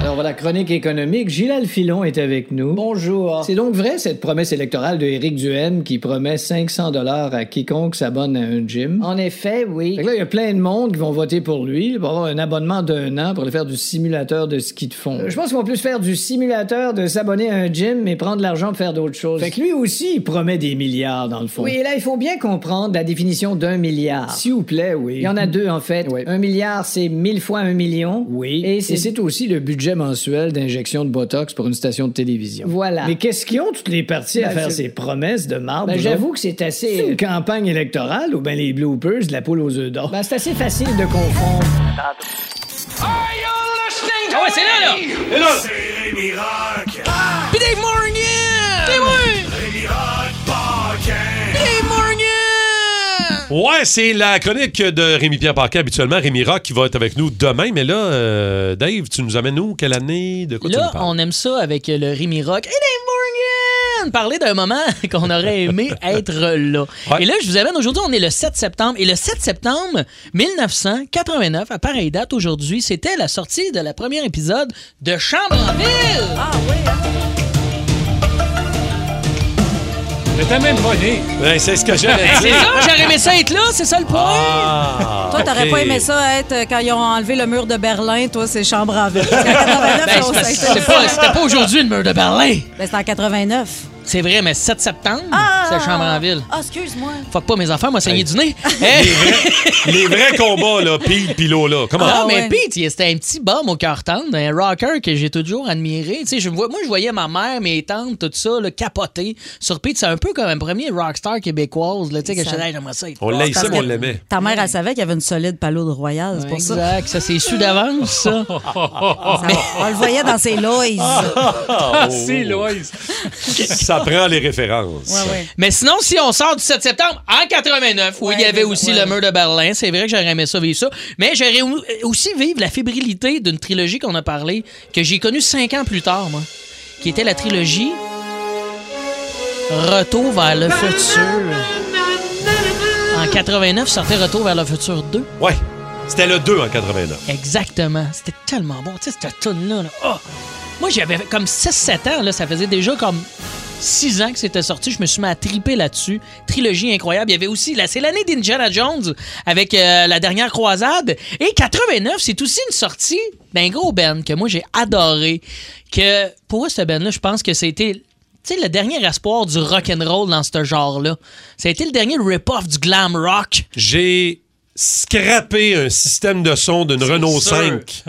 [SPEAKER 1] Alors voilà, chronique économique. Gilles Filon est avec nous. Bonjour. C'est donc vrai cette promesse électorale de Éric Duhem qui promet 500 dollars à quiconque s'abonne à un gym. En effet, oui. là, il y a plein de monde qui vont voter pour lui. Il va avoir un abonnement d'un an pour aller faire du simulateur de ski de fond.
[SPEAKER 13] Euh,
[SPEAKER 1] je pense qu'ils vont plus faire du simulateur de s'abonner à un gym mais prendre l'argent pour faire d'autres choses. Fait que lui aussi, il promet des milliards dans le fond.
[SPEAKER 13] Oui, et là, il faut bien comprendre la définition d'un milliard.
[SPEAKER 1] S'il vous plaît, oui.
[SPEAKER 13] Il y en a deux, en fait. Un milliard, c'est mille fois un million.
[SPEAKER 1] Oui.
[SPEAKER 13] Et
[SPEAKER 1] Et
[SPEAKER 13] c'est-
[SPEAKER 1] c'est aussi le budget mensuel d'injection de Botox pour une station de télévision.
[SPEAKER 13] Voilà.
[SPEAKER 1] Mais qu'est-ce qu'ils ont toutes les parties à
[SPEAKER 13] Ah. Ben,
[SPEAKER 1] faire
[SPEAKER 13] c'est-
[SPEAKER 1] ces promesses de marbre?
[SPEAKER 13] Ben, j'avoue que c'est
[SPEAKER 1] C'est
[SPEAKER 13] assez...
[SPEAKER 1] une campagne électorale ou bien les bloopers de la poule aux œufs d'or?
[SPEAKER 13] Ben, c'est assez facile de confondre.
[SPEAKER 3] Ah ouais, c'est là, là!
[SPEAKER 4] Et là, c'est Rémi Rock.
[SPEAKER 3] Puis Dave Morgan! Dave
[SPEAKER 4] Rémi Rock Paquin.
[SPEAKER 3] Dave Morgan!
[SPEAKER 2] ouais, c'est la chronique de Rémi-Pierre Parquet. Habituellement, Rémi Rock qui va être avec nous demain. Mais là, euh, Dave, tu nous amènes où? Quelle année? De quoi tu
[SPEAKER 3] Là,
[SPEAKER 2] nous parles?
[SPEAKER 3] on aime ça avec le Rémi Rock. Et Dave Morgan! Parler d'un moment qu'on aurait aimé être là. Et là, je vous amène aujourd'hui, on est le 7 septembre. Et le 7 septembre 1989, à pareille date aujourd'hui, c'était la sortie de la première épisode de Chambre en ville! Ah oui!
[SPEAKER 4] T'as même pas né.
[SPEAKER 2] Ouais, Ben, c'est ce que j'avais dit.
[SPEAKER 3] c'est ça, j'aurais aimé ça être là, c'est ça le point!
[SPEAKER 2] Ah,
[SPEAKER 5] Toi, t'aurais
[SPEAKER 2] ok.
[SPEAKER 5] pas aimé ça être euh, quand ils ont enlevé le mur de Berlin, toi, c'est chambre en ville. Parce qu'en 89,
[SPEAKER 3] Ben,
[SPEAKER 5] on
[SPEAKER 3] c'est parce que
[SPEAKER 5] s'est-
[SPEAKER 3] c'est pas- c'était pas aujourd'hui le mur de Berlin!
[SPEAKER 5] Ben, c'est en 89.
[SPEAKER 3] C'est vrai, mais 7 septembre,
[SPEAKER 5] Ah!
[SPEAKER 3] c'est Chambre en ville.
[SPEAKER 5] Ah, excuse-moi.
[SPEAKER 3] Fuck pas mes enfants, m'a saigné du nez. Eh,
[SPEAKER 2] Les vrais, les vrais combats, là, pile pis là. Comment?
[SPEAKER 3] Ah, mais Pete, il- c'était un petit bum au cœur tendre, un rocker que j'ai toujours admiré. Tu sais, je me vois, moi, je voyais ma mère, mes tantes, tout ça, là, capoter sur Pete. C'est un peu comme un premier rockstar québécoise. Là, tu sais, que je
[SPEAKER 5] Ça-
[SPEAKER 3] disais, Hey, j'aimerais ça. être
[SPEAKER 2] On
[SPEAKER 3] rock.
[SPEAKER 2] l'a ici,
[SPEAKER 3] Parce
[SPEAKER 2] mais on
[SPEAKER 3] que-
[SPEAKER 2] l'aimait.
[SPEAKER 5] Ta mère, elle savait qu'il y avait une solide palourde royale, c'est pour ça.
[SPEAKER 3] Exact, ça c'est su d'avance, ça.
[SPEAKER 5] Ça- On le voyait dans ses lois.
[SPEAKER 2] Ah,
[SPEAKER 4] C'est Loïs.
[SPEAKER 2] Ça prend les références.
[SPEAKER 3] Mais sinon, si on sort du 7 septembre en 89, où il y avait aussi le mur de Berlin, c'est vrai que j'aurais aimé ça vivre ça, mais j'aurais ou- aussi vivre la fébrilité d'une trilogie qu'on a parlé, que j'ai connue cinq ans plus tard, moi, qui était la trilogie Retour vers le futur. En 89, sortait Retour vers le futur 2.
[SPEAKER 2] Ouais. C'était le 2 en 89.
[SPEAKER 3] Exactement. C'était tellement bon. Tu sais, cette toune-là. là. Ah! Moi, j'avais comme 6-7 ans. Là, ça faisait déjà comme 6 ans que c'était sorti. Je me suis mis à triper là-dessus. Trilogie incroyable. Il y avait aussi... là, C'est l'année d'Indiana Jones avec euh, la dernière croisade. Et 89, c'est aussi une sortie d'un gros band que moi, j'ai adoré. Que pour ce band-là, je pense que c'était... Tu sais, le dernier espoir du rock and roll dans ce genre-là. Ça a été le dernier rip-off du glam rock.
[SPEAKER 2] J'ai scrappé un système de son d'une Renault 5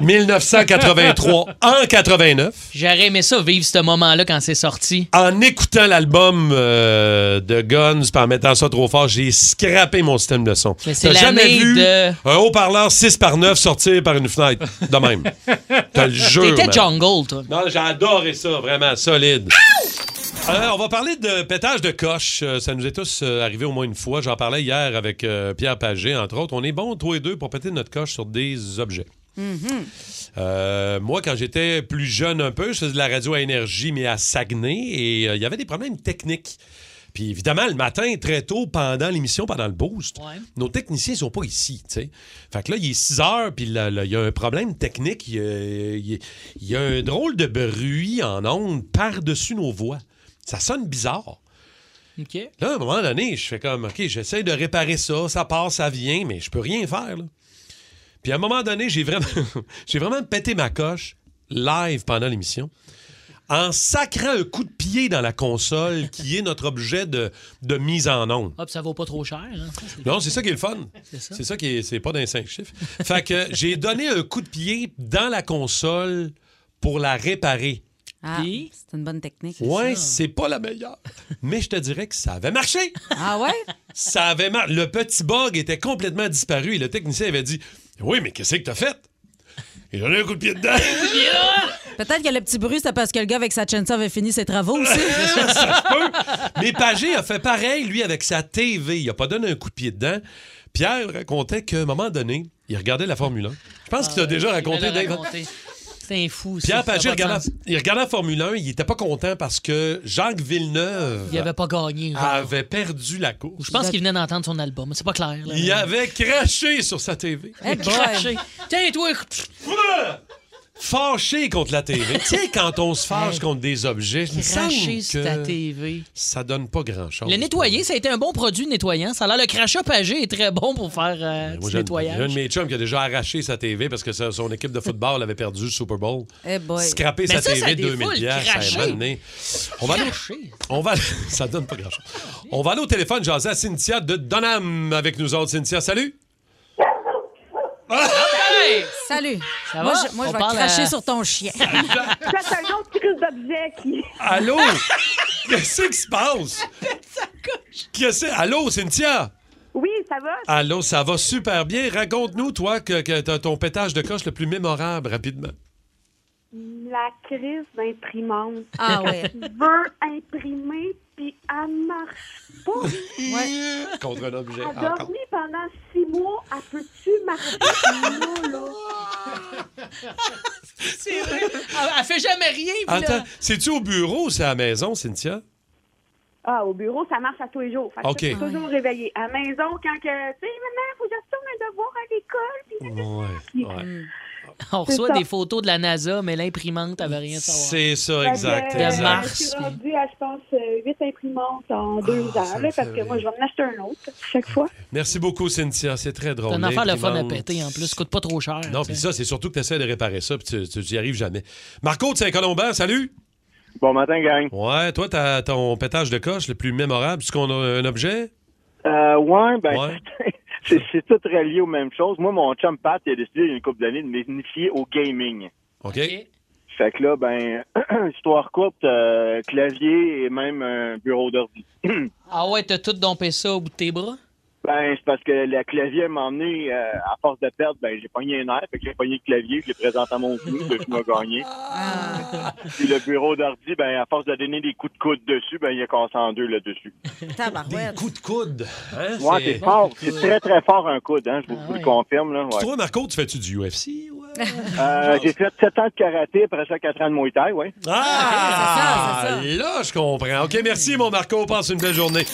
[SPEAKER 2] 1983 en 89
[SPEAKER 3] J'aurais aimé ça vivre ce moment-là quand c'est sorti.
[SPEAKER 2] en écoutant l'album euh, de Guns puis en mettant ça trop fort, j'ai scrappé mon système de son.
[SPEAKER 3] Mais c'est
[SPEAKER 2] T'as jamais
[SPEAKER 3] l'année
[SPEAKER 2] vu
[SPEAKER 3] de-
[SPEAKER 2] un haut-parleur 6 par 9 sortir par une fenêtre de même. T'as le jeu.
[SPEAKER 3] T'étais jungle, toi.
[SPEAKER 2] Non, j'ai adoré ça, vraiment solide. Euh, on va parler de pétage de coche. Euh, ça nous est tous euh, arrivé au moins une fois. J'en parlais hier avec euh, Pierre Pagé, entre autres. On est bons, toi et deux, pour péter notre coche sur des objets. Euh, moi, quand j'étais plus jeune un peu, je faisais de la radio à énergie, mais à Saguenay, et euh, il y avait des problèmes techniques. Puis évidemment, le matin, très tôt, pendant l'émission, pendant le boost, nos techniciens sont pas ici. tu sais. Fait que là, il est 6 heures, puis là, là, il y a un problème technique. Il y a, il y a- il y a un drôle de bruit en ondes par-dessus nos voix. Ça sonne bizarre.
[SPEAKER 3] OK.
[SPEAKER 2] Là, à un moment donné, je fais comme, OK, j'essaie de réparer ça, ça part, ça vient, mais je peux rien faire. là. Puis à un moment donné, j'ai vraiment, j'ai vraiment pété ma coche live pendant l'émission en sacrant un coup de pied dans la console qui est notre objet de, de mise en onde.
[SPEAKER 3] Hop, ça vaut pas trop cher. hein. Ça, c'est-
[SPEAKER 2] Non, c'est ça qui est le fun.
[SPEAKER 3] C'est ça.
[SPEAKER 2] C'est ça qui est, c'est pas d'un cinq chiffres. Fait que j'ai donné un coup de pied dans la console pour la réparer.
[SPEAKER 5] Ah, c'est une bonne technique.
[SPEAKER 2] Ouais, c'est pas la meilleure. Mais je te dirais que ça avait marché.
[SPEAKER 5] Ah ouais?
[SPEAKER 2] Ça avait mar- Le petit bug était complètement disparu et le technicien avait dit Oui, mais qu'est-ce que t'as fait? Il a donné un coup de pied dedans.
[SPEAKER 5] Peut-être que le petit bruit, c'était parce que le gars avec sa chainsaw avait fini ses travaux aussi.
[SPEAKER 2] Mais Pagé a fait pareil, lui, avec sa TV. Il a pas donné un coup de pied dedans. Pierre racontait qu'à un moment donné, il regardait la Formule 1. Je pense qu'il t'a déjà raconté,
[SPEAKER 3] Ah Il me l'a
[SPEAKER 2] Dave.
[SPEAKER 3] raconté. C'est un fou. ça,
[SPEAKER 2] Pierre
[SPEAKER 3] ça a
[SPEAKER 2] Pagé
[SPEAKER 3] pas de
[SPEAKER 2] regardait,
[SPEAKER 3] sens.
[SPEAKER 2] il regardait la Formule 1, il était pas content parce que Jacques Villeneuve
[SPEAKER 3] Il avait pas gagné. genre.
[SPEAKER 2] avait perdu la course.
[SPEAKER 3] Je pense qu'il venait d'entendre son album. C'est pas clair. là.
[SPEAKER 2] Il avait craché sur sa TV.
[SPEAKER 3] Eh, craché. Tiens, toi.
[SPEAKER 2] Fâché contre la TV. tu sais, quand on se fâche contre des objets, je me semble
[SPEAKER 3] Craché sur
[SPEAKER 2] que
[SPEAKER 3] ta TV.
[SPEAKER 2] ça donne pas grand-chose.
[SPEAKER 3] Le nettoyer, ça a été un bon produit nettoyant. Ça a l'air, le crachat pagé est très bon pour faire euh,
[SPEAKER 2] Moi,
[SPEAKER 3] du
[SPEAKER 2] j'ai un- Il y a un
[SPEAKER 3] nettoyage.
[SPEAKER 2] de mes chums qui a déjà arraché sa TV parce que sa- son équipe de football avait perdu le Super Bowl.
[SPEAKER 3] Eh boy.
[SPEAKER 2] Scraper
[SPEAKER 3] Mais
[SPEAKER 2] sa
[SPEAKER 3] ça, ça
[SPEAKER 2] TV de
[SPEAKER 3] défoule,
[SPEAKER 2] 2000 piastres, ça
[SPEAKER 3] cracher.
[SPEAKER 2] a amené. On va aller, on va aller- ça donne pas grand-chose. On va aller au téléphone jaser à Cynthia de Donham avec nous autres. Cynthia, salut!
[SPEAKER 5] Salut.
[SPEAKER 3] Ça
[SPEAKER 5] moi,
[SPEAKER 3] va?
[SPEAKER 5] je, moi,
[SPEAKER 3] On
[SPEAKER 5] je vais
[SPEAKER 3] parle
[SPEAKER 5] cracher
[SPEAKER 3] à-
[SPEAKER 5] sur ton chien.
[SPEAKER 14] C'est un autre crise d'objet qui.
[SPEAKER 2] Allô? Qu'est-ce qui se passe? Qu'est-ce Allô, Cynthia?
[SPEAKER 14] Oui, ça va?
[SPEAKER 2] Allô, ça va super bien. Raconte-nous, toi, que, que t'as ton pétage de coche le plus mémorable, rapidement.
[SPEAKER 14] La crise d'imprimante.
[SPEAKER 5] Ah ouais.
[SPEAKER 14] Je veux imprimer, puis elle marche pas. Ouais.
[SPEAKER 2] Contre un objet.
[SPEAKER 14] Elle a
[SPEAKER 2] encore.
[SPEAKER 14] dormi pendant six mois. Elle peut-tu marcher? Non, là.
[SPEAKER 3] C'est vrai. Elle, elle fait jamais rien. puis là-
[SPEAKER 2] Attends, c'est-tu au bureau ou c'est à la maison, Cynthia?
[SPEAKER 14] Ah, au bureau, ça marche à tous les jours. Fait que
[SPEAKER 2] OK.
[SPEAKER 14] je suis toujours réveillée. À la maison, quand que, tu sais, maman, faut que je retourne un devoir à l'école.
[SPEAKER 2] Ouais.
[SPEAKER 3] On reçoit
[SPEAKER 14] C'est ça.
[SPEAKER 3] des photos de la NASA, mais l'imprimante avait rien savoir.
[SPEAKER 2] C'est ça,
[SPEAKER 14] Fait que,
[SPEAKER 2] exact.
[SPEAKER 14] euh,
[SPEAKER 3] De
[SPEAKER 2] exact.
[SPEAKER 14] Je suis
[SPEAKER 3] Mars.
[SPEAKER 14] rendue à, je pense, euh, huit imprimantes en
[SPEAKER 2] Ah,
[SPEAKER 14] deux heures, là, parce que moi, je vais en acheter un autre chaque fois.
[SPEAKER 2] Merci beaucoup, Cynthia. C'est très drôle.
[SPEAKER 3] C'est une affaire le fun à
[SPEAKER 2] L'imprimante.
[SPEAKER 3] péter en plus. Ça coûte pas trop cher.
[SPEAKER 2] Non, puis ça, c'est surtout que tu essaies de réparer ça, puis tu- tu n'y arrives jamais. Marco de Saint-Colombin, salut!
[SPEAKER 11] Bon matin, gang.
[SPEAKER 2] Ouais, toi, t'as ton pétage de coche le plus mémorable. Est-ce qu'on a un objet?
[SPEAKER 11] Euh, ouais, ben,
[SPEAKER 2] Ouais.
[SPEAKER 11] c'est c'est tout relié aux mêmes choses. Moi, mon chum Pat, il a décidé il y a une couple d'années de m'initier au gaming.
[SPEAKER 2] OK.
[SPEAKER 11] Fait que là, ben, histoire courte, euh, clavier et même un bureau d'ordi.
[SPEAKER 3] Ah ouais, t'as tout dompé ça au bout de tes bras?
[SPEAKER 11] Ben, c'est parce que le clavier m'a emmené, euh, à force de perdre, ben, j'ai pogné un air, fait que j'ai pogné le clavier, je l'ai présenté à mon genou, puis je m'ai gagné. Puis le bureau d'ordi, ben, à force de donner des coups de coude dessus, ben, il a cassé en deux là-dessus.
[SPEAKER 5] Tabarouette.
[SPEAKER 2] Coup de coude. Hein,
[SPEAKER 11] Ouais, c'est fort, c'est très, très fort un coude, hein, je vous, vous le confirme, là. ouais.
[SPEAKER 2] Toi, Marco, tu fais-tu du UFC? ou-
[SPEAKER 11] Euh, j'ai fait 7 ans de karaté, après ça, 4 ans de Muay Thai, ouais.
[SPEAKER 2] Ah!
[SPEAKER 11] c'est ça,
[SPEAKER 2] Là, je comprends. OK, merci, mon Marco. Passe une belle journée.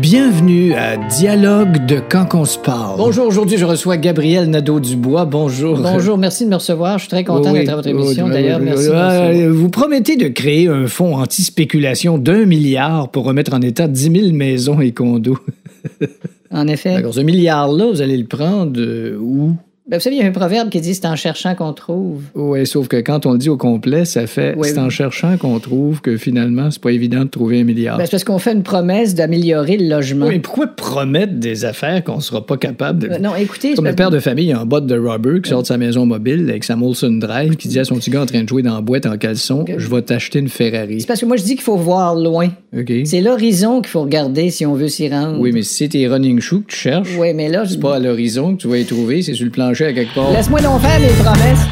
[SPEAKER 13] Bienvenue à Dialogue de Quand qu'on se parle.
[SPEAKER 1] Bonjour, aujourd'hui, je reçois Gabriel Nadeau-Dubois. Bonjour.
[SPEAKER 13] Bonjour, merci de me recevoir. Je suis très content
[SPEAKER 1] Oui,
[SPEAKER 13] d'être à votre
[SPEAKER 1] oui,
[SPEAKER 13] émission.
[SPEAKER 1] oui,
[SPEAKER 13] D'ailleurs,
[SPEAKER 1] oui,
[SPEAKER 13] merci.
[SPEAKER 1] oui,
[SPEAKER 13] merci.
[SPEAKER 1] oui. Vous promettez de créer un fonds anti-spéculation d'un milliard pour remettre en état 10 000 maisons et condos.
[SPEAKER 13] En effet.
[SPEAKER 1] D'accord, ce milliard-là, vous allez le prendre euh, où?
[SPEAKER 13] Ben, vous savez, il y a un proverbe qui dit c'est en cherchant qu'on trouve.
[SPEAKER 1] Oui, sauf que quand on le dit au complet, ça fait
[SPEAKER 13] Oui,
[SPEAKER 1] c'est
[SPEAKER 13] oui.
[SPEAKER 1] en cherchant qu'on trouve que finalement, c'est pas évident de trouver un milliard.
[SPEAKER 13] Ben, c'est parce qu'on fait une promesse d'améliorer le logement.
[SPEAKER 1] Oui, mais pourquoi promettre des affaires qu'on sera pas capable de.
[SPEAKER 13] Euh, non, écoutez,
[SPEAKER 1] Comme
[SPEAKER 13] je-
[SPEAKER 1] le père de famille, il a un bot de Robert qui sort de sa maison mobile avec sa Molson Drive qui dit à son petit gars en train de jouer dans la boîte en caleçon Je vais t'acheter une Ferrari.
[SPEAKER 13] c'est parce que moi, je dis qu'il faut voir loin.
[SPEAKER 1] OK.
[SPEAKER 13] C'est l'horizon qu'il faut regarder si on veut s'y rendre.
[SPEAKER 1] Oui, mais si c'est tes running shoes que tu cherches,
[SPEAKER 13] Oui, mais là, je-
[SPEAKER 1] c'est pas à l'horizon que tu vas y trouver, c'est sur le plancher à quelque part.
[SPEAKER 13] laisse-moi donc faire mes promesses.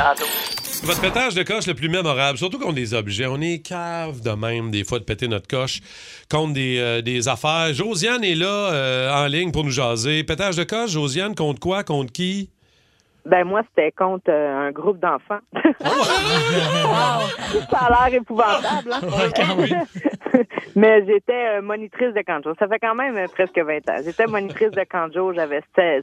[SPEAKER 2] Votre pétage de coche le plus mémorable, surtout contre des objets. On est cave de même, des fois, de péter notre coche contre des, euh, des affaires. Josiane est là, euh, en ligne, pour nous jaser. Pétage de coche, Josiane, contre quoi? Contre qui?
[SPEAKER 15] Ben moi, c'était contre euh, un groupe d'enfants. Ça a l'air épouvantable. hein? Mais j'étais euh, monitrice de canjo. Ça fait quand même euh, presque 20 ans. J'étais monitrice de canjo, j'avais 16-17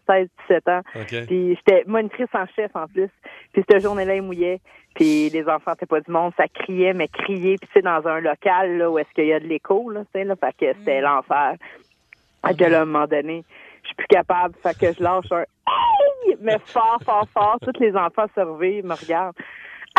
[SPEAKER 15] ans.
[SPEAKER 16] OK.
[SPEAKER 15] Puis j'étais monitrice en chef en plus. Puis cette journée-là, il mouillait. Puis les enfants, c'était pas du monde, ça criait, mais criait. Puis c'est dans un local là, où est-ce qu'il y a de l'écho, là, tu sais, là, fait que c'était l'enfer. Fait que là, à un moment donné, je suis plus capable, fait que je lâche un Hey! Mais fort, fort, fort. Tous les enfants se réveillent, me regardent.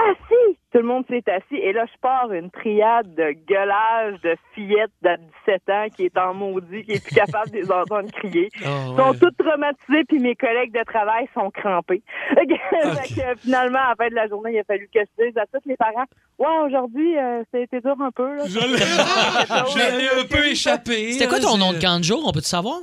[SPEAKER 14] Ah,
[SPEAKER 15] Assis! Tout le monde s'est assis. Et là, je pars une triade de gueulage de fillettes de 17 ans qui est en maudit, qui est plus capable de les entendre crier.
[SPEAKER 16] Oh,
[SPEAKER 15] Ils sont
[SPEAKER 16] ouais.
[SPEAKER 15] toutes traumatisées, puis mes collègues de travail sont crampés. Fait que, euh, finalement, à la fin de la journée, il a fallu que je dise à tous les parents Ouais, aujourd'hui, euh, c'était dur un peu. Là.
[SPEAKER 2] un peu échappé.
[SPEAKER 3] C'était quoi ton nom de canjo? On peut-tu savoir?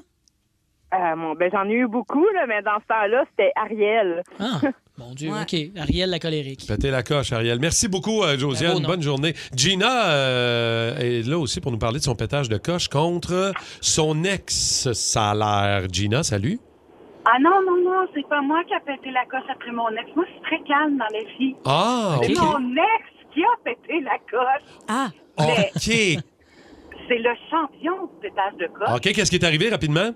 [SPEAKER 15] Euh, bon, ben, j'en ai eu beaucoup, là, mais dans ce temps-là, c'était Ariel.
[SPEAKER 3] Ah, Mon Dieu, OK. Ariel la colérique.
[SPEAKER 2] Pétez la coche, Ariel. Merci beaucoup, euh, Josiane.
[SPEAKER 3] Bravo, non.
[SPEAKER 2] Bonne journée. Gina euh, est là aussi pour nous parler de son pétage de coche contre son ex-salaire. Gina, salut.
[SPEAKER 14] Ah non, non, non, c'est pas moi qui a pété la coche après mon ex. Moi, je suis très calme dans les filles.
[SPEAKER 2] Ah, ok.
[SPEAKER 14] C'est mon ex qui a pété la coche. Ah,
[SPEAKER 2] OK.
[SPEAKER 14] c'est le champion du pétage de coche.
[SPEAKER 2] OK, qu'est-ce qui est arrivé rapidement?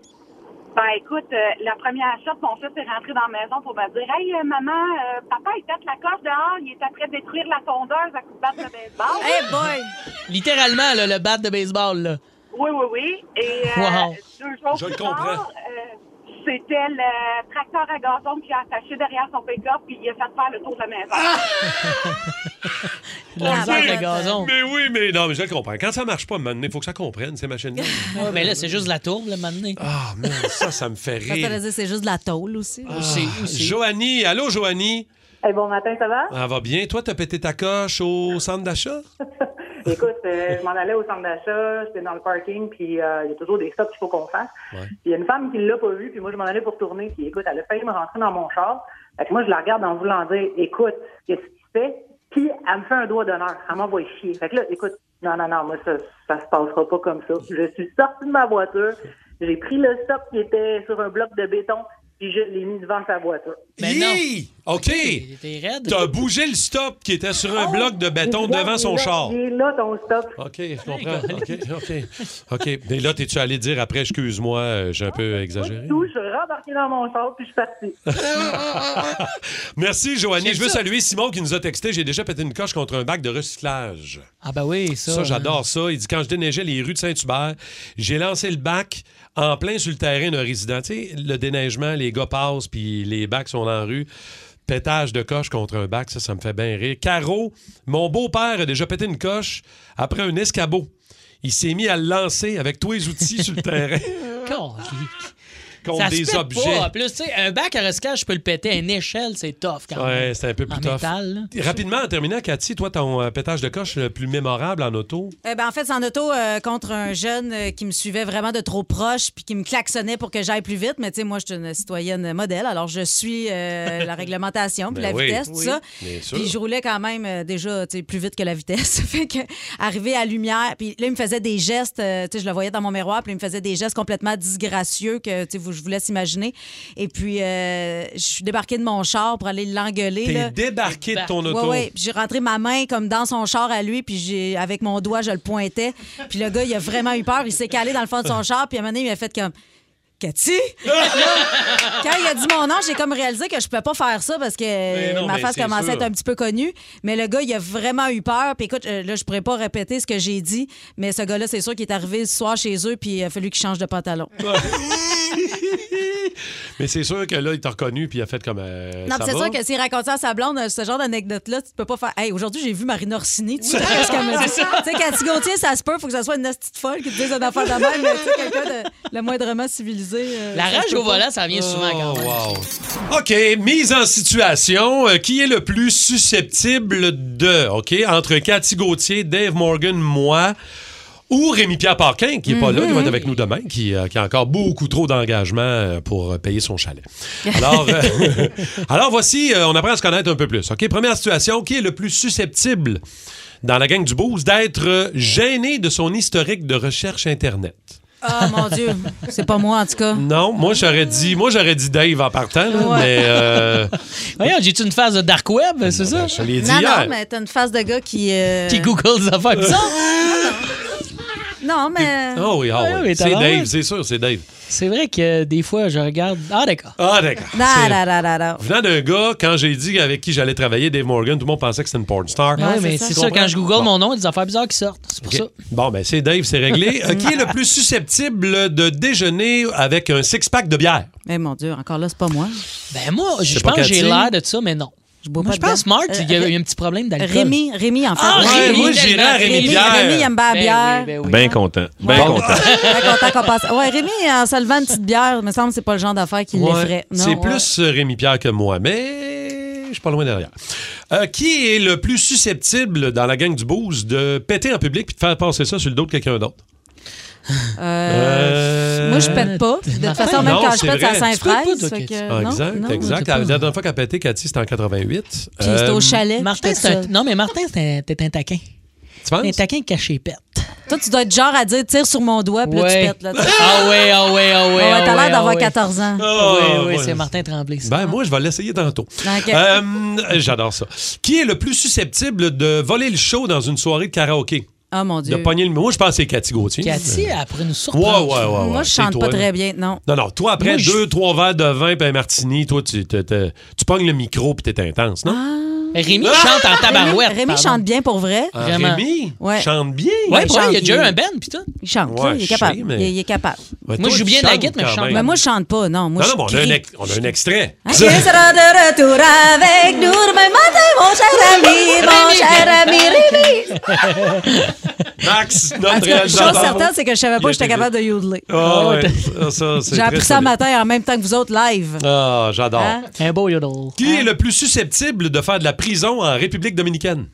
[SPEAKER 14] Ben écoute, euh, la première chose, mon fils est rentré dans la maison pour me dire Hey euh, maman, euh, papa il tête la coche dehors, il est après détruire la tondeuse à coup de batte de baseball.
[SPEAKER 5] Hey boy!
[SPEAKER 3] Littéralement, là, le bat de baseball. Là.
[SPEAKER 14] Oui, oui, oui. Et euh,
[SPEAKER 3] Wow.
[SPEAKER 14] deux jours
[SPEAKER 3] Je
[SPEAKER 14] plus
[SPEAKER 3] le
[SPEAKER 14] tard,
[SPEAKER 3] comprends.
[SPEAKER 14] euh, c'était le tracteur à gazon qui a attaché derrière son pick-up puis il a fait faire le tour de la maison.
[SPEAKER 2] Ah,
[SPEAKER 3] La
[SPEAKER 2] bah,
[SPEAKER 3] barre de gazon.
[SPEAKER 2] Mais oui, mais non, mais je le comprends. Quand ça marche pas, maintenant, il faut que ça comprenne, ces machines-là.
[SPEAKER 3] Ouais, mais là, c'est juste la tourbe, le maintenant.
[SPEAKER 2] Ah, man, ça, ça me fait
[SPEAKER 5] Ça
[SPEAKER 2] rire.
[SPEAKER 5] veut dire c'est juste de la tôle aussi.
[SPEAKER 2] Ah, Joanie, allô, Joanie.
[SPEAKER 17] bon matin, ça va?
[SPEAKER 2] Ça va bien? Toi, t'as pété ta coche au centre d'achat?
[SPEAKER 17] Écoute, euh, je m'en allais au centre d'achat, j'étais dans le parking, puis euh, il y a toujours des stops qu'il faut qu'on fasse.
[SPEAKER 2] Ouais.
[SPEAKER 17] Puis il y a une femme qui l'a pas vu, puis moi, je m'en allais pour tourner, puis écoute, elle a failli me rentrer dans mon char. Fait que moi, je la regarde en voulant dire, écoute, qu'est-ce que tu fais? Puis elle me fait un doigt d'honneur, elle m'envoie chier. Fait que là, écoute, non, non, non, moi, ça, ça se passera pas comme ça. Je suis sortie de ma voiture, j'ai pris le stop qui était sur un bloc de béton, puis je l'ai mis devant sa voiture.
[SPEAKER 5] Ben
[SPEAKER 2] Hi! OK. T'as bougé le stop qui était sur un bloc de béton devant son char.
[SPEAKER 17] Il est là, ton stop.
[SPEAKER 2] OK, je comprends. OK, OK. OK. Mais là, t'es-tu allé dire après, excuse-moi, euh, j'ai un peu exagéré?
[SPEAKER 17] Tout, je suis rembarquée dans mon char, puis je suis partie.
[SPEAKER 2] Merci, Joanie. Je veux saluer Simon qui nous a texté. J'ai déjà pété une coche contre un bac de recyclage.
[SPEAKER 3] Ah, ben oui, ça.
[SPEAKER 2] Ça, j'adore ça. Il dit quand je déneigeais les rues de Saint-Hubert, j'ai lancé le bac en plein sur le terrain d'un résident. Tu sais, le déneigement, les gars passent, puis les bacs sont en rue. Pétage de coche contre un bac, ça, ça me fait bien rire. Caro, mon beau-père a déjà pété une coche après un escabeau. Il s'est mis à le lancer avec tous les outils sur le terrain.
[SPEAKER 3] Calique.
[SPEAKER 2] Contre
[SPEAKER 3] Ah, ça se
[SPEAKER 2] des
[SPEAKER 3] pète
[SPEAKER 2] objets.
[SPEAKER 3] Pas. hein. En Plus, tu sais, un bac à recyclage, je peux le péter. Une échelle, c'est tough quand même.
[SPEAKER 2] Ouais, c'est un peu plus
[SPEAKER 3] En
[SPEAKER 2] tough.
[SPEAKER 3] métal, là.
[SPEAKER 2] Rapidement, en terminant, Cathy, toi, ton euh, pétage de coche le plus mémorable en auto?
[SPEAKER 5] Eh ben, en fait, c'est en auto euh, contre un jeune euh, qui me suivait vraiment de trop proche puis qui me klaxonnait pour que j'aille plus vite. Mais tu sais, moi, je suis une citoyenne modèle, alors je suis euh, la réglementation puis
[SPEAKER 16] Ben
[SPEAKER 5] la
[SPEAKER 16] oui.
[SPEAKER 5] vitesse, tout
[SPEAKER 16] Oui.
[SPEAKER 5] ça.
[SPEAKER 16] Bien sûr.
[SPEAKER 5] Puis je roulais quand même euh, déjà tu sais, plus vite que la vitesse. fait que, arrivé à lumière, puis là, il me faisait des gestes, euh, tu sais, je le voyais dans mon miroir, puis il me faisait des gestes complètement disgracieux que tu sais, vous- je vous laisse imaginer. Et puis, euh, je suis débarquée de mon char pour aller l'engueuler.
[SPEAKER 2] T'es
[SPEAKER 5] là.
[SPEAKER 2] débarqué de ton
[SPEAKER 5] Ouais,
[SPEAKER 2] auto.
[SPEAKER 5] ouais. Puis j'ai rentré ma main comme dans son char à lui, puis j'ai avec mon doigt, je le pointais. Puis le gars, il a vraiment eu peur. Il s'est calé dans le fond de son char, puis à un moment donné, il a fait comme. Cathy? Là, quand il a dit mon nom, j'ai comme réalisé que je pouvais pas faire ça parce que
[SPEAKER 16] Mais non,
[SPEAKER 5] ma
[SPEAKER 16] mais
[SPEAKER 5] face
[SPEAKER 16] c'est
[SPEAKER 5] commençait à être
[SPEAKER 16] sûr.
[SPEAKER 5] un petit peu connue. Mais le gars, il a vraiment eu peur. Puis écoute, euh, là, je pourrais pas répéter ce que j'ai dit, mais ce gars-là, c'est sûr qu'il est arrivé ce soir chez eux, puis il a fallu qu'il change de pantalon.
[SPEAKER 2] Mais c'est sûr que là, il t'a reconnu puis il a fait comme. euh,
[SPEAKER 5] Non,
[SPEAKER 2] ça
[SPEAKER 5] puis c'est
[SPEAKER 2] va?
[SPEAKER 5] sûr que s'il raconte ça à sa blonde, euh, ce genre d'anecdote-là, tu peux pas faire. Hey, aujourd'hui, j'ai vu Marine Orsini. Tu sais
[SPEAKER 16] Oui.
[SPEAKER 5] ce qu'elle me dit?
[SPEAKER 16] C'est ça.
[SPEAKER 5] Tu sais, Cathy Gauthier, ça se peut, faut que ça soit une petite folle qui te dise une affaire de même, mais tu sais, quelqu'un de le moindrement civilisé. euh,
[SPEAKER 3] La
[SPEAKER 5] ça se
[SPEAKER 3] rage
[SPEAKER 5] peut
[SPEAKER 3] au
[SPEAKER 5] pas.
[SPEAKER 3] volant, ça vient souvent quand même.
[SPEAKER 2] Oh, wow. OK, mise en situation. Euh, qui est le plus susceptible de, OK, entre Cathy Gauthier, Dave Morgan, moi ou Rémi-Pierre Parquin, qui n'est pas là, qui
[SPEAKER 5] Mhm.
[SPEAKER 2] va être avec nous demain, qui, euh, qui a encore beaucoup trop d'engagement euh, pour euh, payer son chalet. Alors, euh, alors voici, euh, on apprend à se connaître un peu plus. OK, première situation, qui est le plus susceptible dans la gang du Boost d'être euh, gêné de son historique de recherche Internet?
[SPEAKER 5] Ah, mon Dieu. C'est pas moi, en tout cas.
[SPEAKER 2] Non, moi j'aurais dit, moi j'aurais dit Dave en partant, là,
[SPEAKER 5] Ouais.
[SPEAKER 2] mais euh,
[SPEAKER 3] Voyons, j'ai-tu une phase de dark web, c'est ça?
[SPEAKER 2] je l'ai dit
[SPEAKER 5] Non,
[SPEAKER 2] hier.
[SPEAKER 5] non, mais t'as une face de gars qui. euh,
[SPEAKER 3] Qui Google des affaires bizarres.
[SPEAKER 5] Non, mais.
[SPEAKER 2] Oh oui, ah
[SPEAKER 3] Ouais,
[SPEAKER 2] oui.
[SPEAKER 3] mais
[SPEAKER 2] c'est
[SPEAKER 3] tabarouette.
[SPEAKER 2] Dave, c'est sûr, c'est Dave.
[SPEAKER 3] C'est vrai que des fois, je regarde. Ah, d'accord.
[SPEAKER 2] Ah d'accord.
[SPEAKER 5] Non,
[SPEAKER 2] C'est-
[SPEAKER 5] non, non, non, non.
[SPEAKER 2] Venant d'un gars, quand j'ai dit avec qui j'allais travailler, Dave Morgan, tout le monde pensait que c'était une porn star.
[SPEAKER 3] Ouais, mais c'est ça, quand je Google mon nom, il y a des affaires bizarres qui sortent. C'est pour
[SPEAKER 2] Ok. Bon, ben c'est Dave, c'est réglé. Euh, qui est le plus susceptible de déjeuner avec un six-pack de bière?
[SPEAKER 5] Eh, mon Dieu, encore là, c'est pas moi.
[SPEAKER 3] ça. Ben, moi, je
[SPEAKER 2] pas
[SPEAKER 3] pense que j'ai
[SPEAKER 2] Cathy.
[SPEAKER 3] l'air de ça, mais non.
[SPEAKER 5] Je bois
[SPEAKER 3] Moi,
[SPEAKER 5] pas
[SPEAKER 3] je
[SPEAKER 5] de
[SPEAKER 3] pense,
[SPEAKER 5] bière.
[SPEAKER 3] Mark, il y a
[SPEAKER 5] Euh,
[SPEAKER 3] eu un petit problème d'alcool.
[SPEAKER 5] Rémi, Rémi, en fait.
[SPEAKER 3] Ah,
[SPEAKER 2] Ouais,
[SPEAKER 3] Rémi,
[SPEAKER 2] moi, j'irais à
[SPEAKER 3] tellement.
[SPEAKER 2] Rémi Bière.
[SPEAKER 5] Rémi, il aime bien la
[SPEAKER 3] Ben
[SPEAKER 5] bière.
[SPEAKER 3] oui, ben
[SPEAKER 16] Bien content. Bien
[SPEAKER 2] Bon.
[SPEAKER 16] content.
[SPEAKER 5] Très content qu'on passe. Ouais, Rémi, en se levant une petite bière, il me semble que c'est pas le genre d'affaire qui
[SPEAKER 2] Ouais,
[SPEAKER 5] l'effraie. Non,
[SPEAKER 2] c'est
[SPEAKER 5] ouais.
[SPEAKER 2] plus euh, Rémi Pierre que moi, mais je suis pas loin derrière. Euh, qui est le plus susceptible dans la gang du booze de péter en public puis de faire passer ça sur le dos de quelqu'un d'autre?
[SPEAKER 5] Euh, Moi, je pète pas. De toute façon, même
[SPEAKER 2] Non,
[SPEAKER 5] quand je
[SPEAKER 2] c'est
[SPEAKER 5] pète, ça
[SPEAKER 2] vrai.
[SPEAKER 5] saint
[SPEAKER 2] Tu pètes
[SPEAKER 5] fraise
[SPEAKER 2] pas, toi,
[SPEAKER 5] fait que,
[SPEAKER 2] Ah,
[SPEAKER 5] non,
[SPEAKER 2] exact,
[SPEAKER 5] non.
[SPEAKER 2] exact.
[SPEAKER 3] pas.
[SPEAKER 2] La dernière fois qu'elle a pété, Cathy, c'était en Euh, 88.
[SPEAKER 5] Puis c'était au
[SPEAKER 2] Ben,
[SPEAKER 5] chalet.
[SPEAKER 3] Martin,
[SPEAKER 5] Martin,
[SPEAKER 3] c'est un... Non, mais Martin, c'est un- t'es un taquin.
[SPEAKER 2] Tu penses?
[SPEAKER 3] Un taquin caché pète.
[SPEAKER 5] Toi, tu dois être genre à dire tire sur mon doigt, puis
[SPEAKER 3] Ouais.
[SPEAKER 5] là, tu pètes. Là, tu sais.
[SPEAKER 3] Ah ouais, ah ouais, ah ouais.
[SPEAKER 5] Ouais,
[SPEAKER 3] ah
[SPEAKER 5] t'as l'air
[SPEAKER 3] ouais,
[SPEAKER 5] d'avoir
[SPEAKER 3] ah ouais. Bah,
[SPEAKER 5] 14 ans.
[SPEAKER 2] Ah,
[SPEAKER 3] Oui, oui,
[SPEAKER 2] ouais.
[SPEAKER 3] c'est Martin Tremblay. ça.
[SPEAKER 2] Ben, moi, je vais l'essayer tantôt.
[SPEAKER 5] Ok.
[SPEAKER 2] Euh, J'adore ça. Qui est le plus susceptible de voler le show dans une soirée de karaoké?
[SPEAKER 5] Ah, mon
[SPEAKER 2] De
[SPEAKER 5] Dieu.
[SPEAKER 2] pogner le. Moi, je pense que c'est Cathy Gauthier.
[SPEAKER 3] Cathy, après
[SPEAKER 2] Ouais,
[SPEAKER 3] nous
[SPEAKER 2] ouais,
[SPEAKER 3] surprendre.
[SPEAKER 2] ouais, ouais.
[SPEAKER 5] Moi, je
[SPEAKER 2] c'est
[SPEAKER 5] chante
[SPEAKER 2] toi,
[SPEAKER 5] pas
[SPEAKER 2] là.
[SPEAKER 5] très bien, non.
[SPEAKER 2] Non, non. Toi, après
[SPEAKER 5] Moi, je-
[SPEAKER 2] deux, trois verres de vin puis un martini, toi, tu, te- te- tu pognes le micro puis t'es intense, non?
[SPEAKER 3] Rémi chante en tabarouette.
[SPEAKER 5] Ah! Rémi, Rémi
[SPEAKER 3] pardon.
[SPEAKER 5] chante bien pour vrai.
[SPEAKER 2] Ah,
[SPEAKER 3] vraiment.
[SPEAKER 2] Rémi
[SPEAKER 5] Ouais.
[SPEAKER 2] chante bien.
[SPEAKER 3] Ouais, pour vrai, il y a
[SPEAKER 5] chante,
[SPEAKER 3] déjà eu
[SPEAKER 5] il-
[SPEAKER 3] un band, putain.
[SPEAKER 5] Il chante,
[SPEAKER 2] Ouais,
[SPEAKER 5] là, il est
[SPEAKER 2] je sais,
[SPEAKER 5] capable.
[SPEAKER 2] mais-
[SPEAKER 5] Il, est- il est capable.
[SPEAKER 2] Ouais,
[SPEAKER 3] Moi,
[SPEAKER 2] toi,
[SPEAKER 3] je joue
[SPEAKER 2] tu
[SPEAKER 3] bien de la
[SPEAKER 2] chantes
[SPEAKER 3] guitare, mais je
[SPEAKER 2] quand
[SPEAKER 3] chante
[SPEAKER 2] même.
[SPEAKER 5] Mais moi, je chante pas, non. Moi,
[SPEAKER 2] non, non, mais
[SPEAKER 5] je
[SPEAKER 2] on a, un
[SPEAKER 5] crie.
[SPEAKER 2] ex- on a un extrait.
[SPEAKER 5] Ah, Il sera de retour avec nous demain matin, mon cher ami, mon cher ami Rémi.
[SPEAKER 2] Max,
[SPEAKER 5] En
[SPEAKER 2] notre
[SPEAKER 5] tout cas,
[SPEAKER 2] réalisateur.
[SPEAKER 5] chose certaine, c'est que je savais pas que j'étais capable de yodeler.
[SPEAKER 2] Ah, ouais, ça, ça, c'est
[SPEAKER 5] J'ai appris
[SPEAKER 2] très
[SPEAKER 5] ça
[SPEAKER 2] solide.
[SPEAKER 5] matin en même temps que vous autres live.
[SPEAKER 2] Ah, j'adore.
[SPEAKER 5] Hein?
[SPEAKER 3] Un beau yodel.
[SPEAKER 2] Qui est le plus susceptible de faire de la prison en République dominicaine?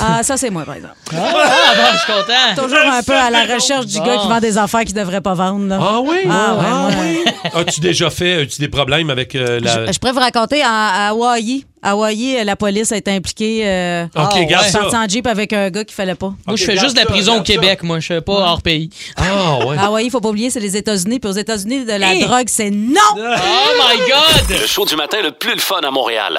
[SPEAKER 5] Ah, ça, c'est moi, par exemple.
[SPEAKER 3] Ah, bon, je suis content.
[SPEAKER 5] Toujours un peu à la recherche du
[SPEAKER 3] Bon.
[SPEAKER 5] gars qui vend des affaires qu'il devrait pas vendre. là.
[SPEAKER 2] Ah oui?
[SPEAKER 5] Ah, ouais, moi,
[SPEAKER 2] As-tu déjà fait as-tu des problèmes avec euh, la.
[SPEAKER 5] Je, je pourrais vous raconter à, à Hawaii. À Hawaii, euh, la police a été impliquée. Euh,
[SPEAKER 2] Ah, ok, garde
[SPEAKER 5] je suis
[SPEAKER 2] ça.
[SPEAKER 5] sortie en jeep avec un gars qui fallait pas.
[SPEAKER 3] Moi, je fais
[SPEAKER 2] garde
[SPEAKER 3] juste de la
[SPEAKER 2] ça,
[SPEAKER 3] prison au
[SPEAKER 2] garde ça.
[SPEAKER 3] Québec, moi. Je suis pas hors pays.
[SPEAKER 2] Ah ouais.
[SPEAKER 5] À Hawaii, faut pas oublier, c'est les États-Unis. Puis aux États-Unis, de la
[SPEAKER 3] Hey.
[SPEAKER 5] drogue, c'est non!
[SPEAKER 3] Oh my God!
[SPEAKER 8] Le show du matin le plus le fun à Montréal.